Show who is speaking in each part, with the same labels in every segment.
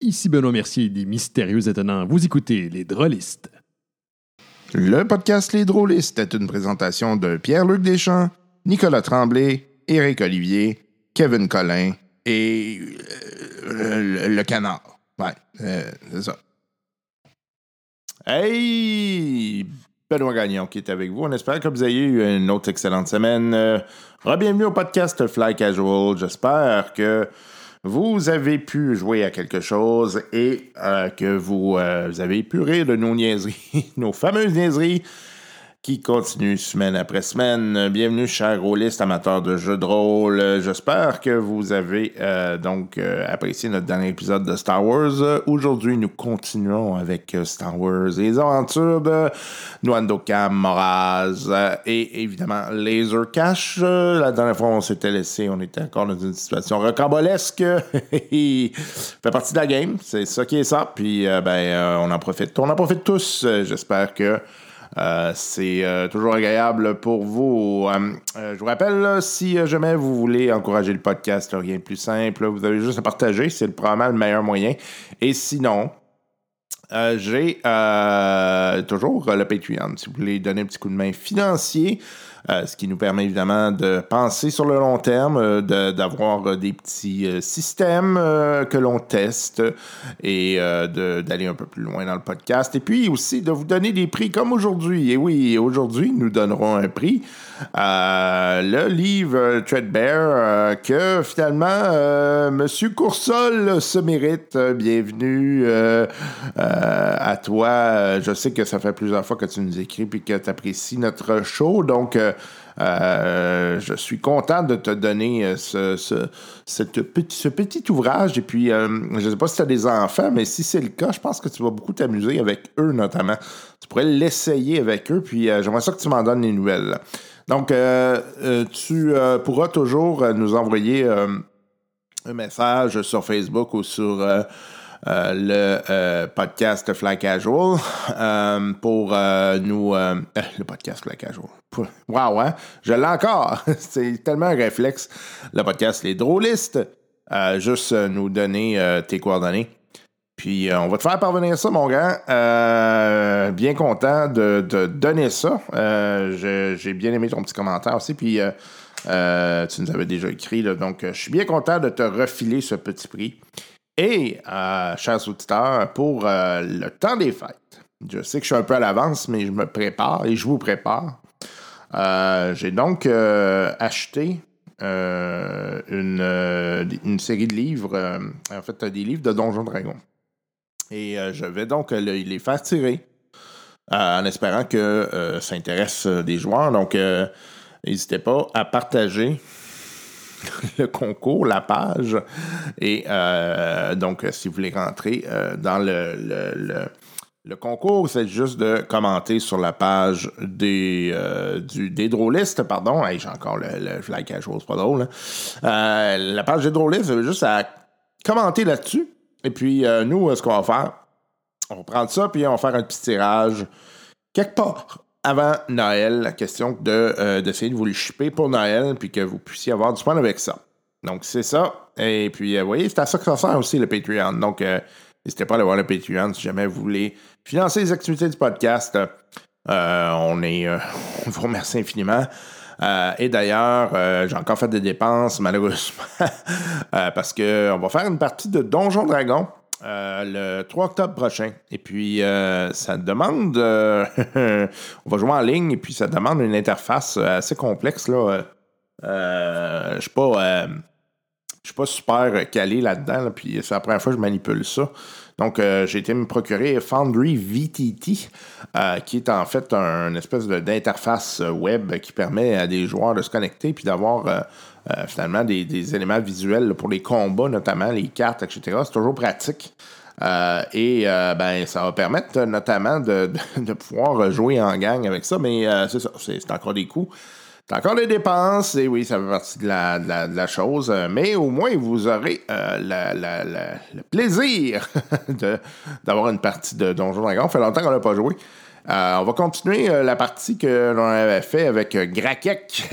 Speaker 1: Ici Benoît Mercier des Mystérieux Étonnants. Vous écoutez Les Drôlistes.
Speaker 2: Le podcast Les Drôlistes est une présentation de Pierre-Luc Deschamps, Nicolas Tremblay, Éric Olivier, Kevin Collin et euh, le, le canard. Ouais, euh, c'est ça. Hey! Benoît Gagnon qui est avec vous. On espère que vous ayez eu une autre excellente semaine. Euh, Bienvenue au podcast Fly Casual. J'espère que vous avez pu jouer à quelque chose et euh, que vous, euh, vous avez pu rire de nos niaiseries, nos fameuses niaiseries qui continuent semaine après semaine. Bienvenue, chers rôlistes amateurs de jeux de rôle. Euh, J'espère que vous avez euh, donc euh, apprécié notre dernier épisode de Star Wars. Euh, Aujourd'hui, nous continuons avec euh, Star Wars et les aventures de Nuando Cam, Moraz euh, et évidemment Laser Cash. Euh, la dernière fois, on s'était laissé, on était encore dans une situation rocambolesque. fait partie de la game, c'est ça qui est ça. Puis, euh, ben, euh, on en profite. On en profite tous. Euh, J'espère que euh, c'est euh, toujours agréable pour vous. Euh, euh, je vous rappelle, là, si euh, jamais vous voulez encourager le podcast, là, rien de plus simple, vous avez juste à partager, c'est le- probablement le meilleur moyen. Et sinon, euh, j'ai euh, toujours euh, le Patreon, si vous voulez donner un petit coup de main financier, euh, ce qui nous permet évidemment de penser sur le long terme, euh, de- d'avoir euh, des petits euh, systèmes euh, que l'on teste et euh, de- d'aller un peu plus loin dans le podcast. Et puis aussi de vous donner des prix comme aujourd'hui. Et oui, aujourd'hui, nous donnerons un prix. euh, le livre euh, Threadbare euh, que finalement euh, Monsieur Coursol se mérite. Euh, Bienvenue euh, euh, à toi. Euh, Je sais que ça fait plusieurs fois que tu nous écris puis que tu apprécies notre show. Donc, euh, euh, je suis content de te donner euh, ce, ce- cette petit, ce petit ouvrage. Et puis, euh, je ne sais pas si tu as des enfants, mais si c'est le cas, je pense que tu vas beaucoup t'amuser avec eux, notamment. Tu pourrais l'essayer avec eux. Puis, euh, j'aimerais ça que tu m'en donnes des nouvelles. Donc, euh, euh, tu euh, pourras toujours euh, nous envoyer. euh, un message sur Facebook ou sur euh, euh, le euh, podcast Fly Casual euh, pour euh, nous. euh, euh, le podcast Fly Casual. Pouh, Wow, hein? Je l'ai encore. C'est tellement un réflexe. Le podcast Les Drôlistes. Euh, juste euh, nous donner euh, tes coordonnées. Puis euh, on va te faire parvenir ça, mon gars. Euh, bien content de, de donner ça. Euh, je- J'ai bien aimé ton petit commentaire aussi. Puis euh, euh, tu nous avais déjà écrit, là, donc euh, je suis bien content de te refiler ce petit prix. Et, euh, chers auditeurs, pour euh, le temps des fêtes, je sais que je suis un peu à l'avance, mais je me prépare et je vous prépare. Euh, J'ai donc euh, acheté euh, une, euh, une série de livres, euh, en fait, des livres de Donjons Dragons. Et euh, je vais donc euh, le- les faire tirer euh, en espérant que euh, ça intéresse euh, des joueurs. Donc, euh, n'hésitez pas à partager le concours, la page. Et euh, donc, euh, si vous voulez rentrer euh, dans le, le- le- le concours, c'est juste de commenter sur la page des, euh, du, des drôlistes, pardon. Hey, J'ai encore le, le flag à jour, c'est pas drôle. hein. Euh, la page des drôlistes, c'est juste à commenter là-dessus. Et puis, euh, nous, euh, ce qu'on va faire, on va prendre ça, puis on va faire un petit tirage quelque part avant Noël, la question de, euh, d'essayer de vous le shipper pour Noël, puis que vous puissiez avoir du fun avec ça. Donc, c'est ça. Et puis, euh, vous voyez, c'est à ça que ça sert aussi le Patreon. Donc, euh, n'hésitez pas à aller voir le Patreon si jamais vous voulez financer les activités du podcast. Euh, on est. euh, on vous remercie infiniment. Euh, et d'ailleurs, euh, j'ai encore fait des dépenses, malheureusement, euh, parce qu'on va faire une partie de Donjon Dragon euh, le 3 octobre prochain. Et puis, euh, ça demande. euh, on va jouer en ligne, et puis ça demande une interface euh, assez complexe. là. Euh, Je suis pas. euh, je suis pas super euh, calé là-dedans, là, puis c'est la première fois que je manipule ça. Donc, euh, j'ai été me procurer Foundry VTT, euh, qui est en fait un une espèce de- d'interface euh, web qui permet à des joueurs de se connecter puis d'avoir euh, euh, finalement des, des éléments visuels là, pour les combats, notamment les cartes, etc. C'est toujours pratique. Euh, et euh, ben, ça va permettre euh, notamment de, de- de pouvoir jouer en gang avec ça, mais euh, c'est ça, c'est c'est encore des coûts. T'as encore les dépenses, et oui, ça fait partie de la, de la- de la chose, euh, mais au moins vous aurez euh, la- la- la- le plaisir de- d'avoir une partie de Donjon Dragon. Ça fait longtemps qu'on n'a pas joué. Euh, on va continuer euh, la partie que l'on avait fait avec euh, Grakek.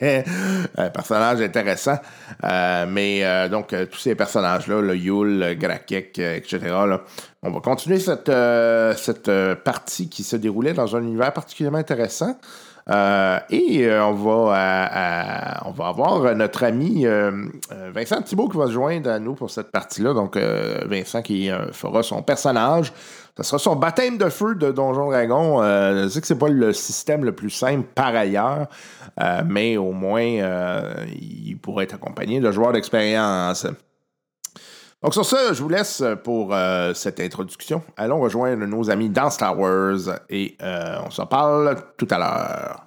Speaker 2: Un personnage intéressant. Euh, mais euh, donc, euh, tous ces personnages-là, le Yule, le Grakek, euh, etc. là, on va continuer cette, euh, cette euh, partie qui se déroulait dans un univers particulièrement intéressant. Euh, et euh, on, va, à- à- on va avoir euh, notre ami euh, euh, Vincent Thibault qui va se joindre à nous pour cette partie-là. Donc, euh, Vincent qui euh, fera son personnage. Ce sera son baptême de feu de Donjon Dragon. Euh, je sais que c'est pas le système le plus simple par ailleurs, euh, mais au moins, euh, il pourrait être accompagné de joueurs d'expérience. Donc sur ça, je vous laisse pour euh, cette introduction. Allons rejoindre nos amis dans Star Wars et euh, on s'en parle tout à l'heure.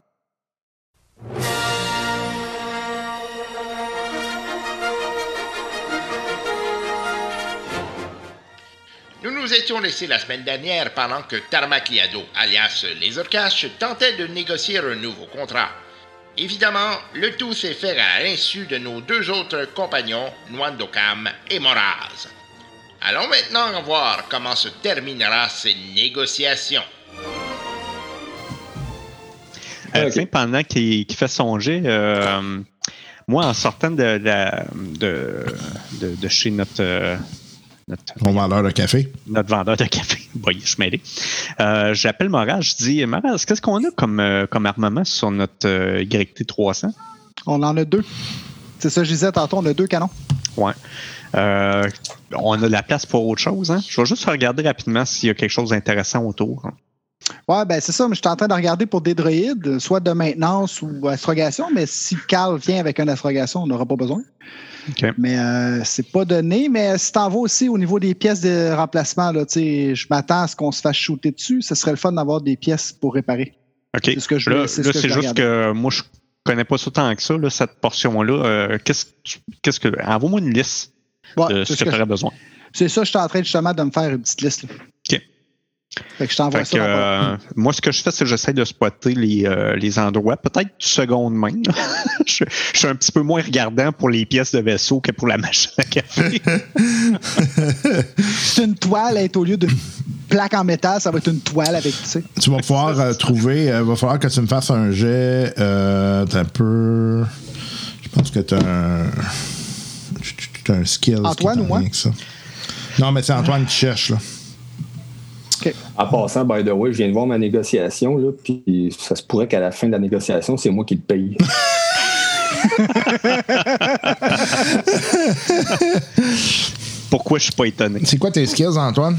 Speaker 3: Nous nous étions laissés la semaine dernière pendant que Tarmac Liado, alias Lasercash, tentait de négocier un nouveau contrat. Évidemment, le tout s'est fait à l'insu de nos deux autres compagnons, Nwandokam et Moraz. Allons maintenant voir comment se terminera ces négociations.
Speaker 4: Euh,
Speaker 5: Ok.
Speaker 4: tiens, Euh, pendant qu'il qu'il fait son jet, euh, moi, en sortant de, la, de, de, de chez notre, euh, notre,
Speaker 6: Mon vendeur de café.
Speaker 4: notre vendeur de café, boy, je suis mêlé, euh, j'appelle Moraz, je dis Moraz, qu'est-ce qu'on a comme, euh, comme armement sur notre euh, YT300
Speaker 5: On en a deux. C'est ça, que je disais tantôt, on a deux canons.
Speaker 4: Ouais. Euh, on a de la place pour autre chose. Hein? Je vais juste regarder rapidement s'il y a quelque chose d'intéressant autour.
Speaker 5: Ouais, ben c'est ça, mais je suis en train de regarder pour des droïdes, soit de maintenance ou astrogation, mais si Carl vient avec une astrogation, on n'aura pas besoin.
Speaker 4: OK.
Speaker 5: Mais euh, c'est pas donné, mais si t'en vas aussi au niveau des pièces de remplacement, là, tu sais, je m'attends à ce qu'on se fasse shooter dessus, ce serait le fun d'avoir des pièces pour réparer.
Speaker 4: OK.
Speaker 5: C'est ce que je
Speaker 4: Là,
Speaker 5: voulais- c'est ce
Speaker 4: là,
Speaker 5: que
Speaker 4: c'est
Speaker 5: je
Speaker 4: juste
Speaker 5: regardais.
Speaker 4: que moi, je connais pas ça tant que ça, là, cette portion-là. Euh, qu'est-ce, que- qu'est-ce que. Envoie-moi une liste de
Speaker 5: Ouais, Ah, c'est,
Speaker 4: Euh, ce
Speaker 5: ce
Speaker 4: que
Speaker 5: que
Speaker 4: tu
Speaker 5: je-
Speaker 4: aurais besoin.
Speaker 5: c'est ça, je suis en train justement de me faire une petite liste. là.
Speaker 4: OK.
Speaker 5: Fait que je t'envoie
Speaker 4: Fait
Speaker 5: ça.
Speaker 4: que,
Speaker 5: dans le-
Speaker 4: euh, moi, ce que je fais, c'est que j'essaie de spotter les, euh, les endroits, peut-être du seconde main. je, je suis un petit peu moins regardant pour les pièces de vaisseau que pour la machine à café.
Speaker 5: C'est une toile, être au lieu d'une plaque en métal, ça va être une toile avec, tu sais.
Speaker 6: Tu vas pouvoir euh, trouver. euh, va falloir que tu me fasses un jet. Euh, t'as un peu. Je pense que t'as un. T'as un skill.
Speaker 5: Antoine
Speaker 6: qui est en
Speaker 5: ou moi?
Speaker 6: lien avec ça. Non, mais c'est Antoine qui cherche, là.
Speaker 7: En passant, by the way, je viens de voir ma négociation, là, puis ça se pourrait qu'à la fin de la négociation, c'est moi qui le paye.
Speaker 4: Pourquoi je suis pas étonné?
Speaker 6: C'est quoi tes skills, Antoine?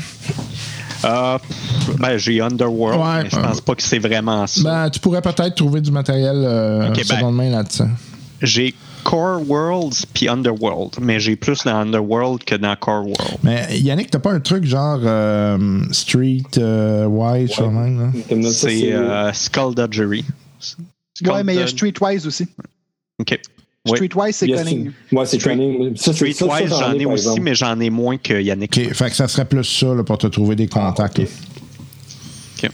Speaker 4: Euh, pff, ben, j'ai Underworld,
Speaker 6: Ouais.
Speaker 4: mais je pense pas que c'est vraiment ça.
Speaker 6: Ben, tu pourrais peut-être trouver du matériel euh,
Speaker 4: Ok, ben.
Speaker 6: seconde main là-dessus.
Speaker 4: J'ai Core Worlds puis Underworld, mais j'ai plus dans Underworld que dans Core World.
Speaker 6: Mais Yannick, t'as pas un truc genre euh, street euh, wise, quand même, là?
Speaker 7: Comme Ben, ça,
Speaker 4: C'est euh, Skullduggery.
Speaker 5: Ouais, mais il y a
Speaker 4: Skulldug-
Speaker 5: Streetwise aussi.
Speaker 4: OK. Oui.
Speaker 5: Streetwise, c'est
Speaker 7: yes,
Speaker 5: cunning.
Speaker 7: c'est- Ouais, c'est
Speaker 4: Street-
Speaker 7: training. Ça, c'est- ça, ça,
Speaker 4: Streetwise, j'en ai
Speaker 7: par
Speaker 4: aussi,
Speaker 7: exemple.
Speaker 4: mais j'en ai moins que Yannick.
Speaker 6: Ok, fait que ça serait plus ça là, pour te trouver des contacts.
Speaker 7: Ah, ok.
Speaker 6: là.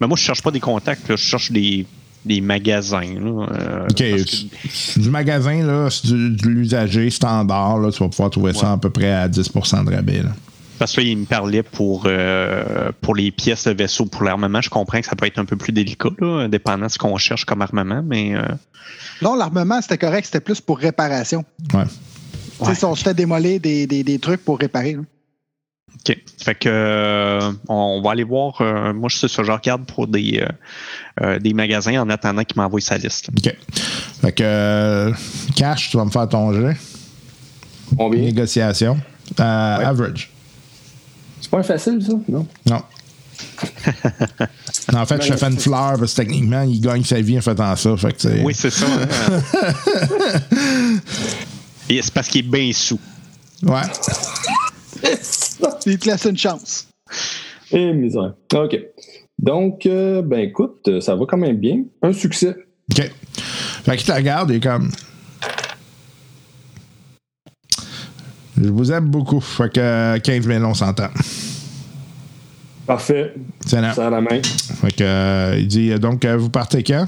Speaker 4: Mais moi, je cherche pas des contacts, là, je cherche des, des magasins. là, euh,
Speaker 6: OK.
Speaker 4: parce que-
Speaker 6: c'est Du magasin, là, c'est du- de l'usager standard, là, tu vas pouvoir trouver ça à peu près à 10 de rabais. là.
Speaker 4: Parce que là, il me parlait pour, euh, pour les pièces de vaisseau, pour l'armement. Je comprends que ça peut être un peu plus délicat, là, dépendant de ce qu'on cherche comme armement, mais. euh,
Speaker 5: Non, l'armement, c'était correct, c'était plus pour réparation.
Speaker 6: Ouais.
Speaker 5: Tu sais, si on se fait démolir des, des, des trucs pour réparer. là.
Speaker 4: OK. Fait que euh, on va aller voir. euh, moi, je sais ça, je regarde pour des, euh, euh, des magasins en attendant qu'ils m'envoient sa liste.
Speaker 6: OK. Fait que, euh, cash, tu vas me faire ton jet.
Speaker 7: Combien?
Speaker 6: Négociation. Euh, Average.
Speaker 7: C'est pas facile, ça? Non.
Speaker 6: Non. Non, en fait, je te fais une fleur parce que techniquement, il gagne sa vie en faisant ça. Fait que c'est-
Speaker 4: Oui, c'est ça. hein. Et c'est parce qu'il est bien sous.
Speaker 6: Ouais.
Speaker 5: Il te laisse une chance.
Speaker 7: Eh, misère. OK. Donc, euh, ben écoute, euh, ça va quand même bien. Un succès.
Speaker 6: OK. Fait qu'il te regarde et est comme. Je vous aime beaucoup. Fait que euh, 15 000, on s'entend.
Speaker 7: Parfait.
Speaker 6: Excellent.
Speaker 7: Ça à la main.
Speaker 4: Ah.
Speaker 6: Fait que, euh, il dit euh, donc, euh, vous partez quand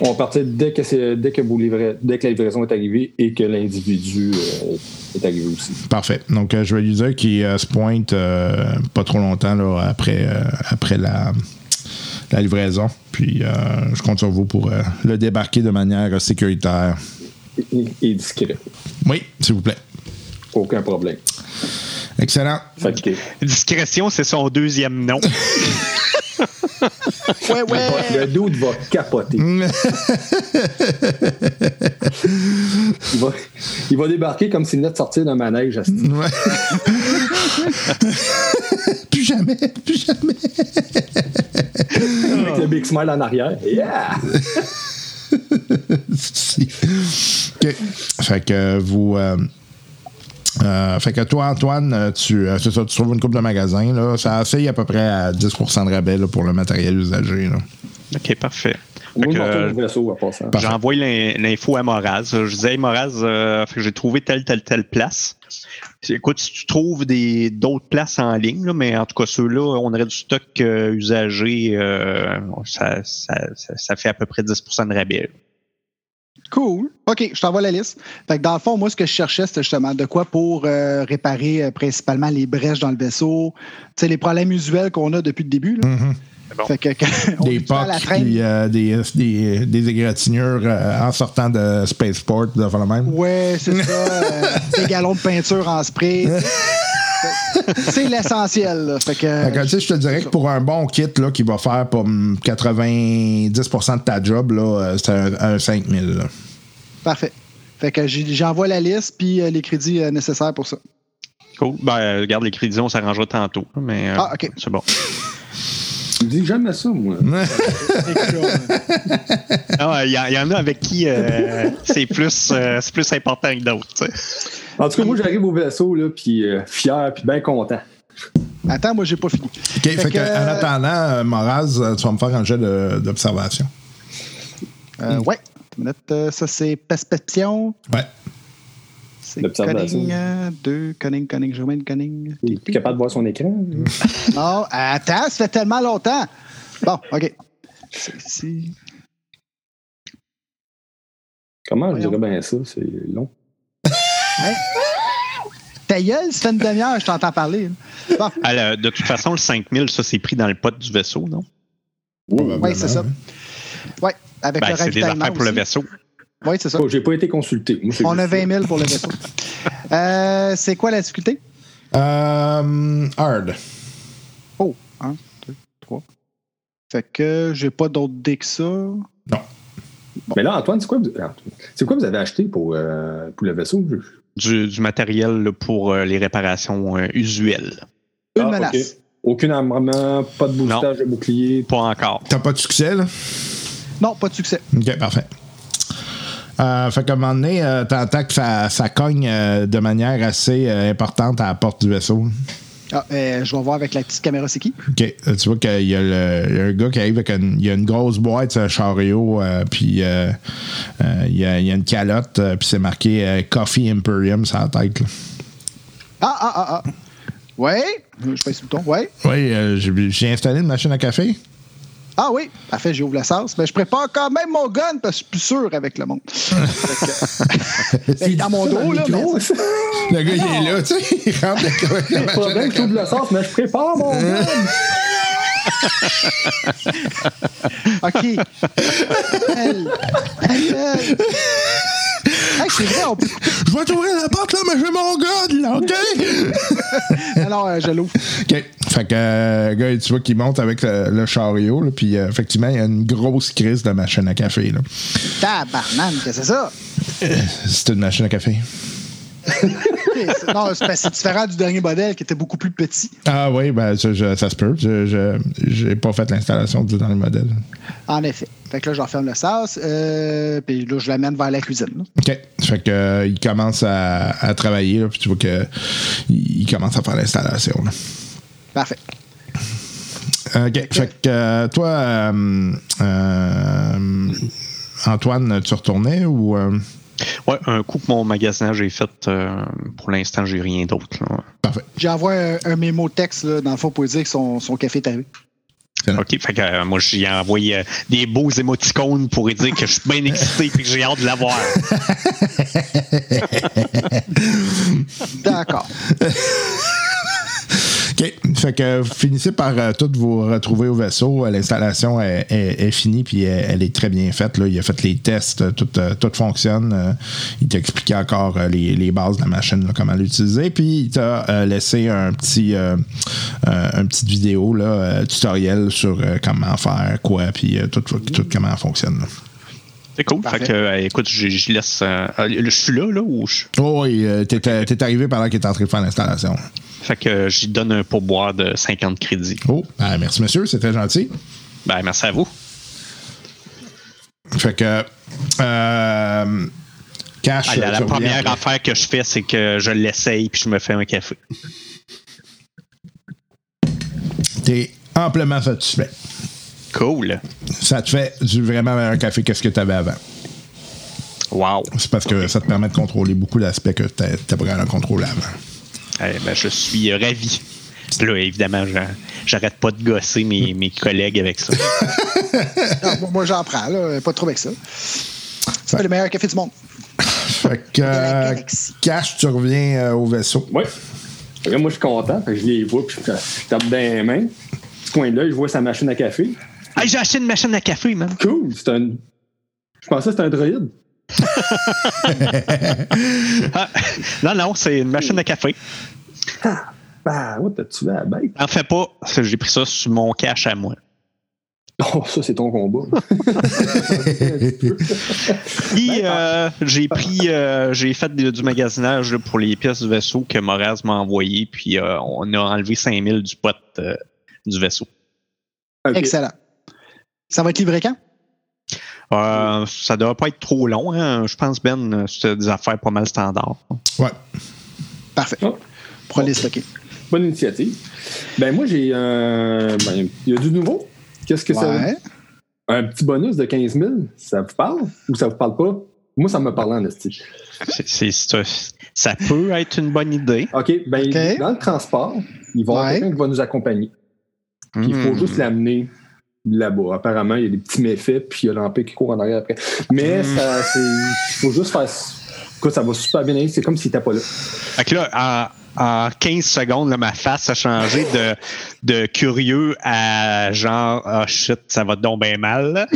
Speaker 7: On partait dès que, c'est- dès que, vous livrez, dès que la livraison est arrivée et que l'individu euh, est arrivé aussi.
Speaker 6: Parfait. Donc, euh, je vais lui dire qu'il euh, se pointe euh, pas trop longtemps là, après, euh, après la, la livraison. Puis, euh, je compte sur vous pour euh, le débarquer de manière euh, sécuritaire.
Speaker 7: Et, et discret.
Speaker 6: Oui, s'il vous plaît.
Speaker 7: Aucun problème.
Speaker 6: Excellent.
Speaker 7: Fait que,
Speaker 4: Discrétion, c'est son deuxième nom.
Speaker 5: Ouais, ouais.
Speaker 7: le doute va capoter. il, va, il va débarquer comme s'il venait de sortir d'un manège. à ce type.
Speaker 6: Ouais. plus jamais, plus jamais.
Speaker 7: Avec le big smile en arrière. Yeah!
Speaker 6: Si. OK. Fait que vous. euh, euh, fait que toi, Antoine, euh, tu, euh, c'est ça, tu trouves une coupe de magasin. Là, ça essaye à peu près à 10 de rabais là, pour le matériel usagé. Là.
Speaker 4: OK, parfait. Fait
Speaker 7: Moi,
Speaker 4: que,
Speaker 7: je m'en
Speaker 4: euh,
Speaker 7: retourne au vaisseau à passant.
Speaker 6: Parfait.
Speaker 4: J'envoie l'in- l'info à Moraz. Je disais, hey, Moraz, euh, fait que j'ai trouvé telle, telle, telle place. Puis, Écoute, si tu trouves des- d'autres places en ligne, là, mais en tout cas, ceux-là, on aurait du stock euh, usagé. euh, ça, ça- ça- ça fait à peu près 10 de rabais.
Speaker 5: Cool. OK, je t'envoie la liste. Fait que dans le fond, moi, ce que je cherchais, c'était justement de quoi pour euh, réparer euh, principalement les brèches dans le vaisseau. Tu sais, les problèmes usuels qu'on a depuis le début. Là.
Speaker 4: Bon.
Speaker 5: Fait que quand on
Speaker 6: Mm-hmm. Des
Speaker 5: est tout à la
Speaker 6: pocs,
Speaker 5: traîne,
Speaker 6: puis euh, des, des, des égratignures euh, en sortant de Spaceport, de faire le même.
Speaker 5: Ouais, c'est ça. euh, des galons de peinture en spray. Fait- c'est l'essentiel. là. Fait que,
Speaker 6: Fait que, tu sais, je te dirais que pour un bon kit là, qui va faire pour hum, 90 de ta job, là, euh, c'est un, un 5000. là.
Speaker 5: Parfait. Fait que j'ai- j'envoie la liste puis euh, les crédits euh, nécessaires pour ça.
Speaker 4: Cool. Ben, euh, garde les crédits, on s'arrangera tantôt. Mais, euh,
Speaker 5: Ah, OK.
Speaker 4: C'est bon.
Speaker 7: Tu me dis jamais ça, moi.
Speaker 4: Ah, Il y, a- il y en a avec qui euh, c'est plus, euh, c'est plus important que d'autres. tu sais.
Speaker 7: En tout cas, moi, j'arrive au vaisseau, là, puis euh, fier, puis bien content.
Speaker 5: Attends, moi j'ai pas fini.
Speaker 6: OK, fait,
Speaker 5: Fait
Speaker 6: que,
Speaker 5: que-
Speaker 6: en attendant, euh, Moraz, euh, tu vas me faire un jet de- d'observation.
Speaker 4: Hmm.
Speaker 5: Euh, ouais. Une minute, euh, ça c'est perception.
Speaker 6: Ouais.
Speaker 5: C'est
Speaker 7: L'observation.
Speaker 5: Conning. euh, deux. Conning, Conning, Germaine, Conning.
Speaker 7: Il est plus capable de voir son écran.
Speaker 5: Non, attends, ça fait tellement longtemps. Bon, OK. C'est ici.
Speaker 7: Comment je
Speaker 5: Voyons.
Speaker 7: dirais bien ça? C'est long.
Speaker 5: Ta gueule, ça fait une demi-heure, je t'entends parler. là. Bon.
Speaker 4: Ah, le- de toute façon, le 5000, ça, c'est pris dans le pot du vaisseau, non?
Speaker 5: Oui, c'est ça. Oui, avec
Speaker 4: Ben,
Speaker 5: le
Speaker 4: c'est des
Speaker 5: ravitaillement
Speaker 4: affaires pour le
Speaker 5: aussi.
Speaker 4: vaisseau.
Speaker 5: Oui, c'est ça.
Speaker 7: Oh, J'ai pas été consulté. Moi, c'est
Speaker 5: On a
Speaker 7: juste ça.
Speaker 5: 20 000 pour le vaisseau. Euh, c'est quoi la difficulté?
Speaker 6: Euh, hard.
Speaker 5: Oh, 1, 2, 3. Fait que j'ai pas d'autres dés que ça.
Speaker 7: Mais là, Antoine, c'est quoi, vous- Antoine, c'est quoi vous avez acheté pour, euh, pour le vaisseau? Je-
Speaker 4: du, du matériel là, pour euh, les réparations euh, usuelles.
Speaker 5: Une
Speaker 7: Ah,
Speaker 5: menace.
Speaker 7: ok. Aucun armement, pas de boostage de bouclier.
Speaker 4: Pas encore.
Speaker 6: T'as pas de succès, là?
Speaker 5: Non, pas de succès.
Speaker 6: OK, parfait. Euh, fait qu'à un moment donné, euh, t'entends que ça, ça cogne euh, de manière assez euh, importante à la porte du vaisseau.
Speaker 5: Ah, euh, je vais voir avec la petite caméra, c'est qui?
Speaker 6: OK. Euh, Tu vois qu'il y a le, il y a un gars qui arrive avec une, il y a une grosse boîte, c'est un chariot, euh, puis euh, euh, il, y a, il y a une calotte, euh, puis c'est marqué euh, Coffee Imperium sur la tête. là.
Speaker 5: Ah, ah, ah, ah. Ouais, je passe le bouton. Ouais.
Speaker 6: Oui, euh, j'ai j'ai installé une machine à café.
Speaker 5: Ah oui, parfait, j'ouvre la sauce. Mais je prépare quand même mon gun parce que je suis plus sûr avec le monde. Fait que- Ben, dans mon dos, là. mais-
Speaker 7: Gros, c'est
Speaker 6: Le gars, il est là, tu sais, il rentre avec la
Speaker 7: le problème, je trouve le sens, mais je prépare mon gars.
Speaker 5: OK. Elle. Elle. Hey, c'est vrai, on peut
Speaker 6: Je vais t'ouvrir la porte, là, mais j'ai mon gars, là, OK?
Speaker 5: Alors, euh, je l'ouvre.
Speaker 6: OK. Fait que, euh, le gars, tu vois qu'il monte avec le, le chariot, là, puis euh, effectivement, il y a une grosse crise de machine à café, là.
Speaker 5: Tabarnane, que c'est ça?
Speaker 6: C'est une machine à café.
Speaker 5: Ok, c'est- Non, c'est parce que c'est différent du dernier modèle qui était beaucoup plus petit.
Speaker 6: Ah oui, ben, je- je- ça se peut. Je je- j'ai pas fait l'installation du dernier modèle.
Speaker 5: En effet. Fait que là, je referme le sauce, euh, puis là, je l'amène vers la cuisine. là.
Speaker 6: OK. Fait que, euh, il commence à, à travailler, là, puis tu vois que il, il commence à faire l'installation, là.
Speaker 5: Parfait.
Speaker 6: OK. Fait que euh, toi, euh, euh, Antoine, tu retournais ou. euh,
Speaker 4: Ouais, un coup que mon magasinage est fait, euh, pour l'instant, j'ai rien d'autre. là.
Speaker 6: Parfait.
Speaker 5: J'envoie un, un mémo texte, là, dans le fond, pour lui dire que son, son café est arrivé.
Speaker 6: Excellent.
Speaker 4: OK, fait que euh, moi, j'ai envoyé euh, des beaux émoticônes pour lui dire que je suis bien excité et que j'ai hâte de l'avoir.
Speaker 5: D'accord.
Speaker 6: OK. Fait que vous finissez par euh, toutes vous retrouver au vaisseau. Euh, L'installation est, est- est finie, puis elle, elle est très bien faite. Là. Il a fait les tests, euh, tout, euh, tout fonctionne. Euh, il t'a expliqué encore euh, les, les bases de la machine, là, comment l'utiliser. Puis il t'a euh, laissé un petit, euh, euh, un petite vidéo, là, euh, tutoriel sur euh, comment faire quoi, puis euh, tout, tout comment fonctionne. là.
Speaker 4: C'est cool.
Speaker 5: Parfait.
Speaker 4: Fait que, euh, écoute, je, je laisse. euh, euh, je suis là, là, ou je.
Speaker 6: Oh, oui, euh, t'es t'es arrivé pendant qu'il était en train de faire l'installation.
Speaker 4: Fait que euh, j'y donne un pourboire de 50 crédits.
Speaker 6: Oh, ben, merci monsieur, c'est très gentil.
Speaker 4: Ben, merci à vous.
Speaker 6: Fait que. Euh, cash.
Speaker 4: Ah, la, la
Speaker 6: tu reviens
Speaker 4: première
Speaker 6: après.
Speaker 4: affaire que je fais, c'est que je l'essaye puis je me fais un café.
Speaker 6: T'es amplement satisfait.
Speaker 4: Cool.
Speaker 6: Ça te fait du vraiment meilleur café que ce que tu avais avant.
Speaker 4: Wow.
Speaker 6: C'est parce que ça te permet de contrôler beaucoup d'aspects que tu n'étais pas capable de contrôler avant.
Speaker 4: Eh ben, je suis euh, ravi. Puis Là, évidemment, j'en- j'arrête pas de gosser mes, mes collègues avec ça.
Speaker 5: Non, moi, moi, j'en prends, là. Pas trop avec ça. C'est le meilleur café du monde.
Speaker 6: Fait que.
Speaker 5: la
Speaker 6: euh,
Speaker 5: galaxie.
Speaker 6: cash, tu reviens euh, au vaisseau.
Speaker 7: Oui. Fait que moi, je suis content. Fait que je les vois, puis je, je tape dans les mains. Ce coin-là, je vois sa machine à café.
Speaker 4: Ah, j'ai acheté une machine à café, man.
Speaker 7: Cool, c'est un. Je pensais que c'était un droïde.
Speaker 4: Ah, non, non, c'est une machine à café.
Speaker 7: Bah, what, t'as-tu vu à la bête?
Speaker 4: En fais pas, j'ai pris ça sur mon cash à moi.
Speaker 7: Oh, ça, c'est ton combat.
Speaker 4: Puis euh, j'ai pris, euh, j'ai fait de- du magasinage là, pour les pièces du vaisseau que Moraz m'a envoyé, puis euh, on a enlevé 5000 du pot euh, du vaisseau.
Speaker 7: Ok.
Speaker 5: Excellent. Ça va être livré quand?
Speaker 4: Euh, ça devrait pas être trop long, hein. je pense, Ben, c'est des affaires pas mal standards.
Speaker 6: Ouais.
Speaker 5: Parfait.
Speaker 7: Oh.
Speaker 5: Pour aller stocker.
Speaker 7: Bonne initiative. Ben, moi, j'ai. euh, ben, Il y a du nouveau. Qu'est-ce que ça.
Speaker 5: Ouais.
Speaker 7: Un petit bonus de 15 000, ça vous parle ou ça vous parle pas? Moi, ça me parle en esti.
Speaker 4: C'est- c'est- c'est un- ça peut être une bonne idée.
Speaker 7: OK, ben,
Speaker 5: Ok.
Speaker 7: dans le transport, il va y avoir
Speaker 5: Ouais.
Speaker 7: quelqu'un qui va nous accompagner. Puis il faut
Speaker 4: Hmm.
Speaker 7: juste l'amener là-bas. Apparemment, il y a des petits méfaits, puis il y a l'empire qui court en arrière après. Mais ça, c'est- il faut juste faire. Écoute, ça va super bien aller. C'est comme s'il n'était pas là.
Speaker 4: Fait que là, en, en 15 secondes, là, ma face a changé de, de curieux à genre, ah shit, ça va donc bien mal.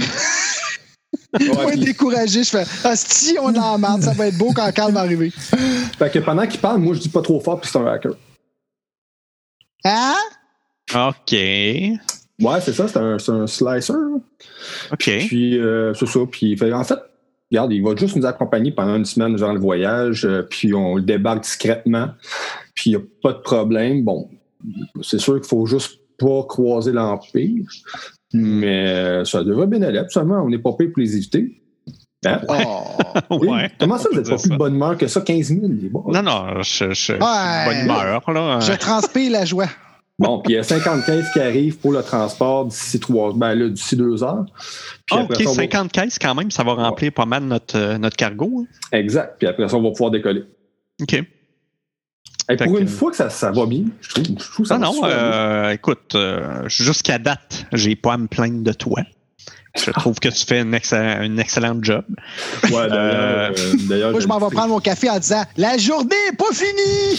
Speaker 7: Ouais,
Speaker 5: Moi,
Speaker 7: puis-
Speaker 5: découragé, je fais Ah, si on en marre, ça va être beau quand Carl va arriver.
Speaker 7: fait que pendant qu'il parle, moi, je dis pas trop fort, puis c'est un hacker.
Speaker 5: Hein?
Speaker 4: OK.
Speaker 7: Ouais, c'est ça, c'est un, c'est un slicer. là.
Speaker 4: OK.
Speaker 7: Puis, euh, c'est ça. Puis, fait- en fait, regarde, il va juste nous accompagner pendant une semaine, genre le voyage, euh, puis on le débarque discrètement, puis il n'y a pas de problème. Bon, c'est sûr qu'il faut juste pas croiser l'Empire, mais euh, ça devrait bien aller. Absolument, on n'est pas payé pour les éviter. Hein?
Speaker 5: Oh.
Speaker 7: Oui.
Speaker 4: Ouais.
Speaker 7: Comment ça,
Speaker 4: on
Speaker 7: vous
Speaker 4: peut
Speaker 7: n'êtes pas
Speaker 4: dire
Speaker 7: plus
Speaker 4: ça.
Speaker 7: de bonne humeur que ça, 15 000? les boys?
Speaker 4: Non, non, je, je- je suis de bonne
Speaker 5: Ouais.
Speaker 4: humeur, là.
Speaker 5: Je transpire la joie.
Speaker 7: Bon, puis il y a 55 qui arrivent pour le transport d'ici trois, ben là, d'ici deux heures. Puis
Speaker 4: Ah,
Speaker 7: après
Speaker 4: OK,
Speaker 7: ça, on va-
Speaker 4: 50 caisses quand même, ça va remplir pas mal notre, euh, notre cargo. hein.
Speaker 7: Exact. Puis après ça, on va pouvoir décoller.
Speaker 4: OK.
Speaker 7: Hey,
Speaker 4: Fait
Speaker 7: pour
Speaker 4: que-
Speaker 7: une fois que ça, ça va bien, je trouve, je trouve que ça
Speaker 4: Non,
Speaker 7: va
Speaker 4: non,
Speaker 7: super bien.
Speaker 4: euh, écoute, euh, jusqu'à date, j'ai pas à me plaindre de toi. Je trouve que tu fais une, excellente une excellente job.
Speaker 7: Ouais, d'ailleurs,
Speaker 4: Euh,
Speaker 7: euh, d'ailleurs,
Speaker 5: Moi, je m'en vais
Speaker 7: j'ai-
Speaker 5: prendre mon café en disant La journée est pas finie!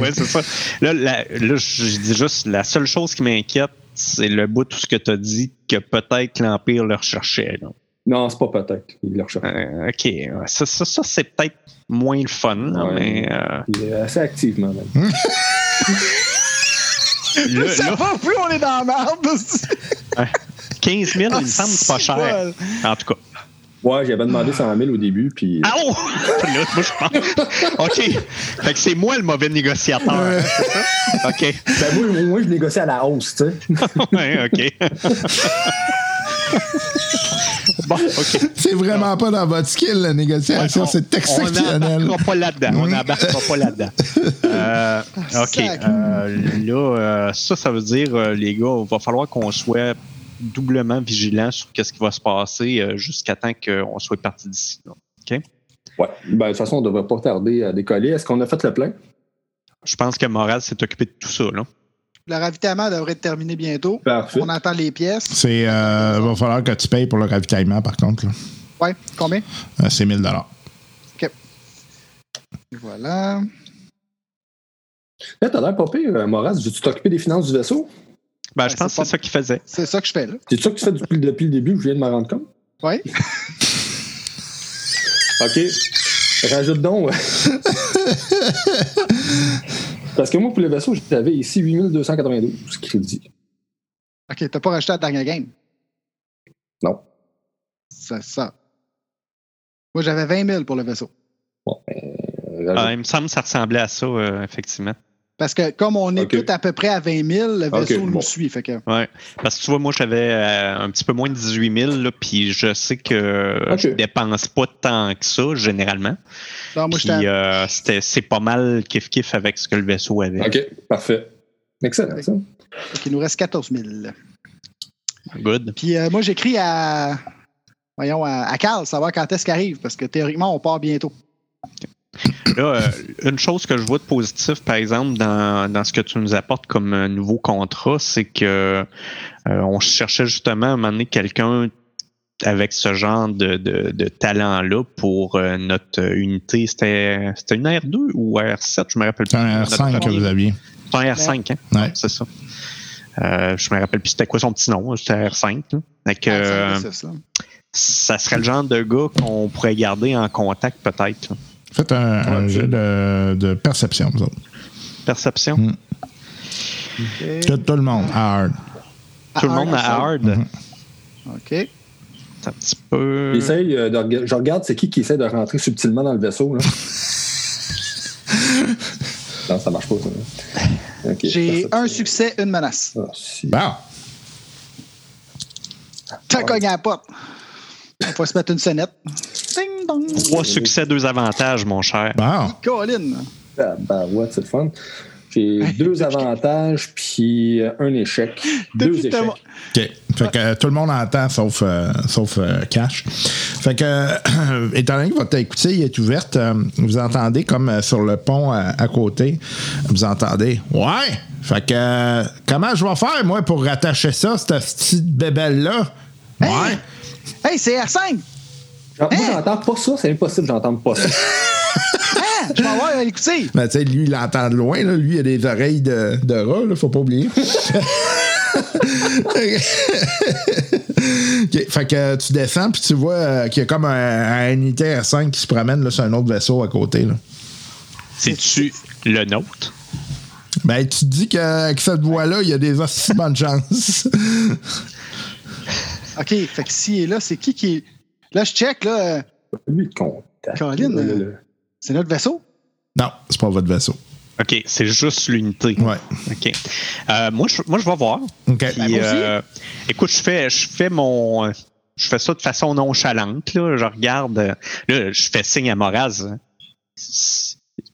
Speaker 4: ouais, c'est ça. Là, la- là, je dis juste, la seule chose qui m'inquiète, c'est le bout de tout ce que tu as dit que peut-être l'Empire le recherchait. là.
Speaker 7: Non, c'est pas peut-être. Il le recherche.
Speaker 4: Euh, OK, ouais, ça, ça, ça, c'est peut-être moins le fun, là,
Speaker 7: Ouais.
Speaker 4: mais euh,
Speaker 7: Il est assez activement, même.
Speaker 4: là,
Speaker 5: Plus ça
Speaker 4: là,
Speaker 5: va, plus on est dans la merde.
Speaker 4: 15 000, il me semble
Speaker 5: c'est
Speaker 4: pas cher. En tout cas.
Speaker 7: Ouais, j'avais demandé 100 000 au début, puis. euh,
Speaker 4: Ah oh! Là, moi, je pense. OK. Fait que c'est moi le mauvais négociateur. hein, c'est ça? OK.
Speaker 7: Ben, moi, au moins, je négociais à la hausse, tu sais.
Speaker 4: ouais, OK. bon, OK.
Speaker 6: C'est vraiment pas dans votre skill, la négociation.
Speaker 4: On-
Speaker 6: c'est exceptionnel.
Speaker 4: On n'embarquera pas là-dedans. On n'embarquera pas là-dedans. Euh, OK.
Speaker 5: Sac.
Speaker 4: euh, là, euh, ça, ça veut dire, euh, les gars, il va falloir qu'on soit doublement vigilant sur quest ce qui va se passer euh, jusqu'à temps qu'on soit parti d'ici. là.
Speaker 7: Ouais. Ben, de toute façon, on devrait pas tarder à décoller. Est-ce qu'on a fait le plein?
Speaker 4: Je pense que Moral s'est occupé de tout ça. Là.
Speaker 5: Le ravitaillement devrait être terminé bientôt.
Speaker 7: Parfait.
Speaker 5: On attend les pièces.
Speaker 6: C'est, euh, va falloir que tu payes pour le ravitaillement, par contre. là.
Speaker 5: Ouais, combien?
Speaker 6: Euh, c'est 1000
Speaker 5: Voilà.
Speaker 7: Là, t'as l'air pas pire, euh, Moraz. Tu t'occupais des finances du vaisseau?
Speaker 4: Ben,
Speaker 5: Ouais,
Speaker 4: je pense
Speaker 5: c'est
Speaker 4: que c'est ça qu'il faisait.
Speaker 5: C'est ça que je fais là.
Speaker 7: C'est ça que tu fais depuis, depuis le début, je viens de m'en rendre compte.
Speaker 5: Ouais.
Speaker 7: OK. Rajoute donc. Parce que moi, pour le vaisseau, j'avais ici 8292 crédits.
Speaker 5: OK, t'as pas racheté la dernière game.
Speaker 7: Non.
Speaker 5: C'est ça. Moi, j'avais 20 000 pour le vaisseau.
Speaker 7: Bon, ben, rajoute.
Speaker 4: Ah, il me semble que ça ressemblait à ça, euh, effectivement.
Speaker 5: Parce que comme on est
Speaker 7: OK.
Speaker 5: tous à peu près à 20 000, le vaisseau
Speaker 7: OK,
Speaker 5: nous
Speaker 7: bon.
Speaker 5: suit. Fait que,
Speaker 4: Parce que tu vois, moi, j'avais euh, un petit peu moins de 18 000, là, puis je sais que euh,
Speaker 7: Ok.
Speaker 4: je dépense pas tant que ça, généralement.
Speaker 5: non, moi,
Speaker 4: Puis
Speaker 5: j'étais à-
Speaker 4: euh, c'était- c'est pas mal kiff-kiff avec ce que le vaisseau avait.
Speaker 7: OK, parfait. Excellent, ça.
Speaker 5: fait qu'il nous reste 14 000.
Speaker 4: Good.
Speaker 5: Puis euh, moi, j'écris à. Voyons, à, à Carl, savoir quand est-ce qu'il arrive, parce que théoriquement, on part bientôt.
Speaker 4: Là, euh, une chose que je vois de positif, par exemple, dans, dans ce que tu nous apportes comme euh, nouveau contrat, c'est que euh, on cherchait justement à un moment donné quelqu'un avec ce genre de, de- de talent-là pour euh, notre euh, unité. C'était c'était une R2 ou R7, je me rappelle plus.
Speaker 6: C'est un R5
Speaker 4: Notre
Speaker 6: que vous
Speaker 4: premier-
Speaker 6: aviez.
Speaker 4: C'est un R5, hein?
Speaker 6: Ouais.
Speaker 4: C'est ça. Euh, je me rappelle plus c'était quoi son petit nom, hein, c'était R5. là. Fait que, euh,
Speaker 5: C'est ça.
Speaker 4: ça serait le genre de gars qu'on pourrait garder en contact peut-être. là.
Speaker 6: Faites un, un jeu de, de perception, vous autres.
Speaker 4: Perception.
Speaker 6: Mm. Que tout le monde a hard.
Speaker 4: Tout le monde a
Speaker 5: Ah,
Speaker 4: hard.
Speaker 6: Mhm.
Speaker 5: OK.
Speaker 4: C'est un petit peu.
Speaker 7: J'essaye, euh, de rega- je regarde c'est qui qui essaie de rentrer subtilement dans le vaisseau. Là. non, ça marche pas. ça. OK,
Speaker 5: J'ai
Speaker 7: parfait.
Speaker 5: un succès, une menace.
Speaker 7: Ah, si.
Speaker 6: Bon.
Speaker 5: T'as cogné à la porte. On va se mettre une sonnette. Ding dong.
Speaker 4: Trois succès, deux avantages, mon cher.
Speaker 6: Bon.
Speaker 5: Colin.
Speaker 7: Ah, bah ouais, c'est le fun. J'ai deux avantages puis euh, un échec.
Speaker 5: Depuis
Speaker 7: Deux
Speaker 5: ta-
Speaker 7: échecs.
Speaker 6: OK. Fait que euh, tout le monde entend, sauf, euh, sauf euh, Cash. Fait que, euh, étant donné que votre écoutille est ouverte, euh, vous entendez comme euh, sur le pont euh, à côté, vous entendez Ouais! Fait que, euh, comment je vais faire, moi, pour rattacher ça, cette petite bébelle-là? Ouais!
Speaker 5: Hey! Hey, c'est R5!
Speaker 7: Genre, Moi,
Speaker 5: Hein?
Speaker 7: j'entends pas ça, c'est impossible, j'entends pas ça.
Speaker 5: Ah, je vais avoir une écoutille!
Speaker 6: Mais tu sais, lui, il l'entend de loin, là. Lui, il a des oreilles de, de rat, là, faut pas oublier. OK, Fait que tu descends, puis tu vois euh, qu'il y a comme un, un ITR-5 qui se promène là, sur un autre vaisseau à côté. Là.
Speaker 4: C'est-tu le nôtre?
Speaker 6: Ben, tu te dis que, avec cette voix-là, il y a des aussi bonnes chances.
Speaker 5: OK, fait que si et là, c'est qui qui. Là, je check, là. euh,
Speaker 7: Lui, le contact.
Speaker 5: Colin,
Speaker 7: Le- le-
Speaker 5: euh,
Speaker 7: le-
Speaker 5: C'est notre vaisseau?
Speaker 6: non, c'est pas votre vaisseau.
Speaker 4: OK, c'est juste l'unité.
Speaker 6: Ouais.
Speaker 4: OK. Euh, moi, je, moi, je vais voir. Puis,
Speaker 6: OK.
Speaker 5: Ben, moi aussi.
Speaker 4: euh, écoute, je fais, je fais mon. Je fais ça de façon nonchalante. Là. Je regarde. euh, Là, je fais signe à Moraz. hein.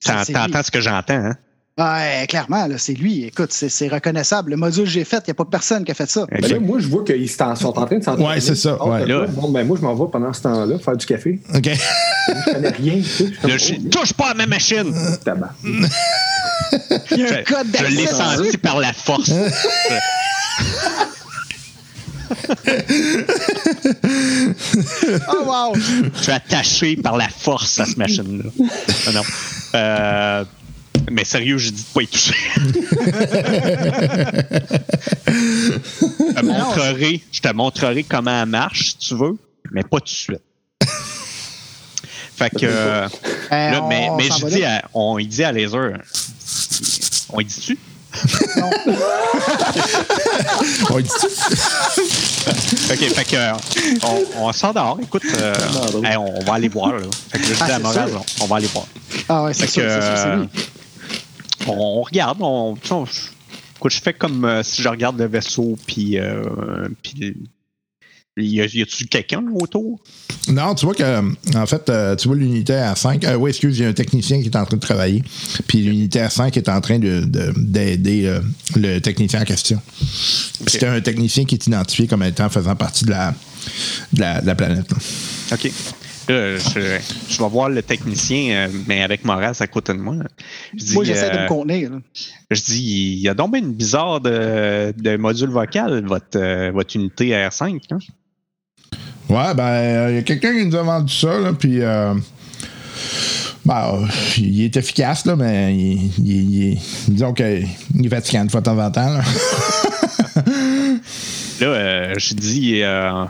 Speaker 4: T'en-
Speaker 5: c'est
Speaker 4: T'entends ce que j'entends, hein?
Speaker 5: Ouais, clairement, là, c'est lui. Écoute, c'est c'est reconnaissable. Le module que j'ai fait, il n'y a pas personne qui a fait ça.
Speaker 7: Ben là, moi, je vois qu'ils s'en- sont en train de s'entraîner.
Speaker 6: Ouais, c'est ça, ouais.
Speaker 7: de quoi?
Speaker 4: Là.
Speaker 7: Bon, ben, moi, je m'en vais pendant ce temps-là faire du café.
Speaker 6: OK.
Speaker 7: Je connais rien. tu sais, je
Speaker 4: Là, je
Speaker 7: suis
Speaker 4: dis, touche pas à ma machine!
Speaker 7: comme, oh, tabac.
Speaker 5: Il y a un code
Speaker 4: Je l'ai
Speaker 5: d'accès. dessus.
Speaker 4: senti par la force.
Speaker 5: Oh, wow!
Speaker 4: Je suis attaché par la force à cette machine-là. Ah non. Euh, mais sérieux, j'ai dit de pas y toucher. je, te montrerai, je te montrerai comment elle marche, si tu veux, mais pas tout de suite. Fait que. euh,
Speaker 5: Ben,
Speaker 4: là, mais
Speaker 5: on
Speaker 4: mais
Speaker 5: s'en
Speaker 4: je
Speaker 5: va
Speaker 4: dis
Speaker 5: là.
Speaker 4: à- on y dit à Laser. On y dit-tu?
Speaker 6: On dit
Speaker 4: Ok, fait que. euh, On, on sort dehors, écoute. euh,
Speaker 7: drôle.
Speaker 4: hey, on va aller voir, là. Fait que là, je dis à
Speaker 5: Ah, c'est
Speaker 4: Moraz,
Speaker 5: sûr.
Speaker 4: on va aller voir.
Speaker 5: Ah, ouais, c'est
Speaker 4: Fait
Speaker 5: sûr,
Speaker 4: que,
Speaker 5: c'est sûr, c'est lui.
Speaker 4: euh, on, on regarde, on, tu sais, on- je- écoute, je fais comme euh, si je regarde le vaisseau, puis euh, puis y a- y a-tu quelqu'un là, autour
Speaker 6: Non, tu vois que, en fait, euh, tu vois l'unité à 5. Euh, oui, excuse, il y a un technicien qui est en train de travailler. Puis l'unité à 5 est en train de- de- d'aider euh, le technicien en question. Puis C'était un technicien qui est identifié comme étant faisant partie de la, de la, de la planète. là.
Speaker 4: Ok. Là, je, je vais voir le technicien, euh, mais avec Moraz à côté de moi. là. Je dis,
Speaker 5: Moi, j'essaie de
Speaker 4: euh,
Speaker 5: me contenir. là.
Speaker 4: je dis, il y a donc bien une bizarre de, de module vocal, votre, euh, votre unité R5. hein.
Speaker 6: Ouais, ben, euh, il y a quelqu'un qui nous a vendu ça, là, puis. euh, ben, euh, il est efficace, là, mais il, il- il- disons qu'il est fatigant une fois de temps en temps. là.
Speaker 4: Là, euh, je dis, euh,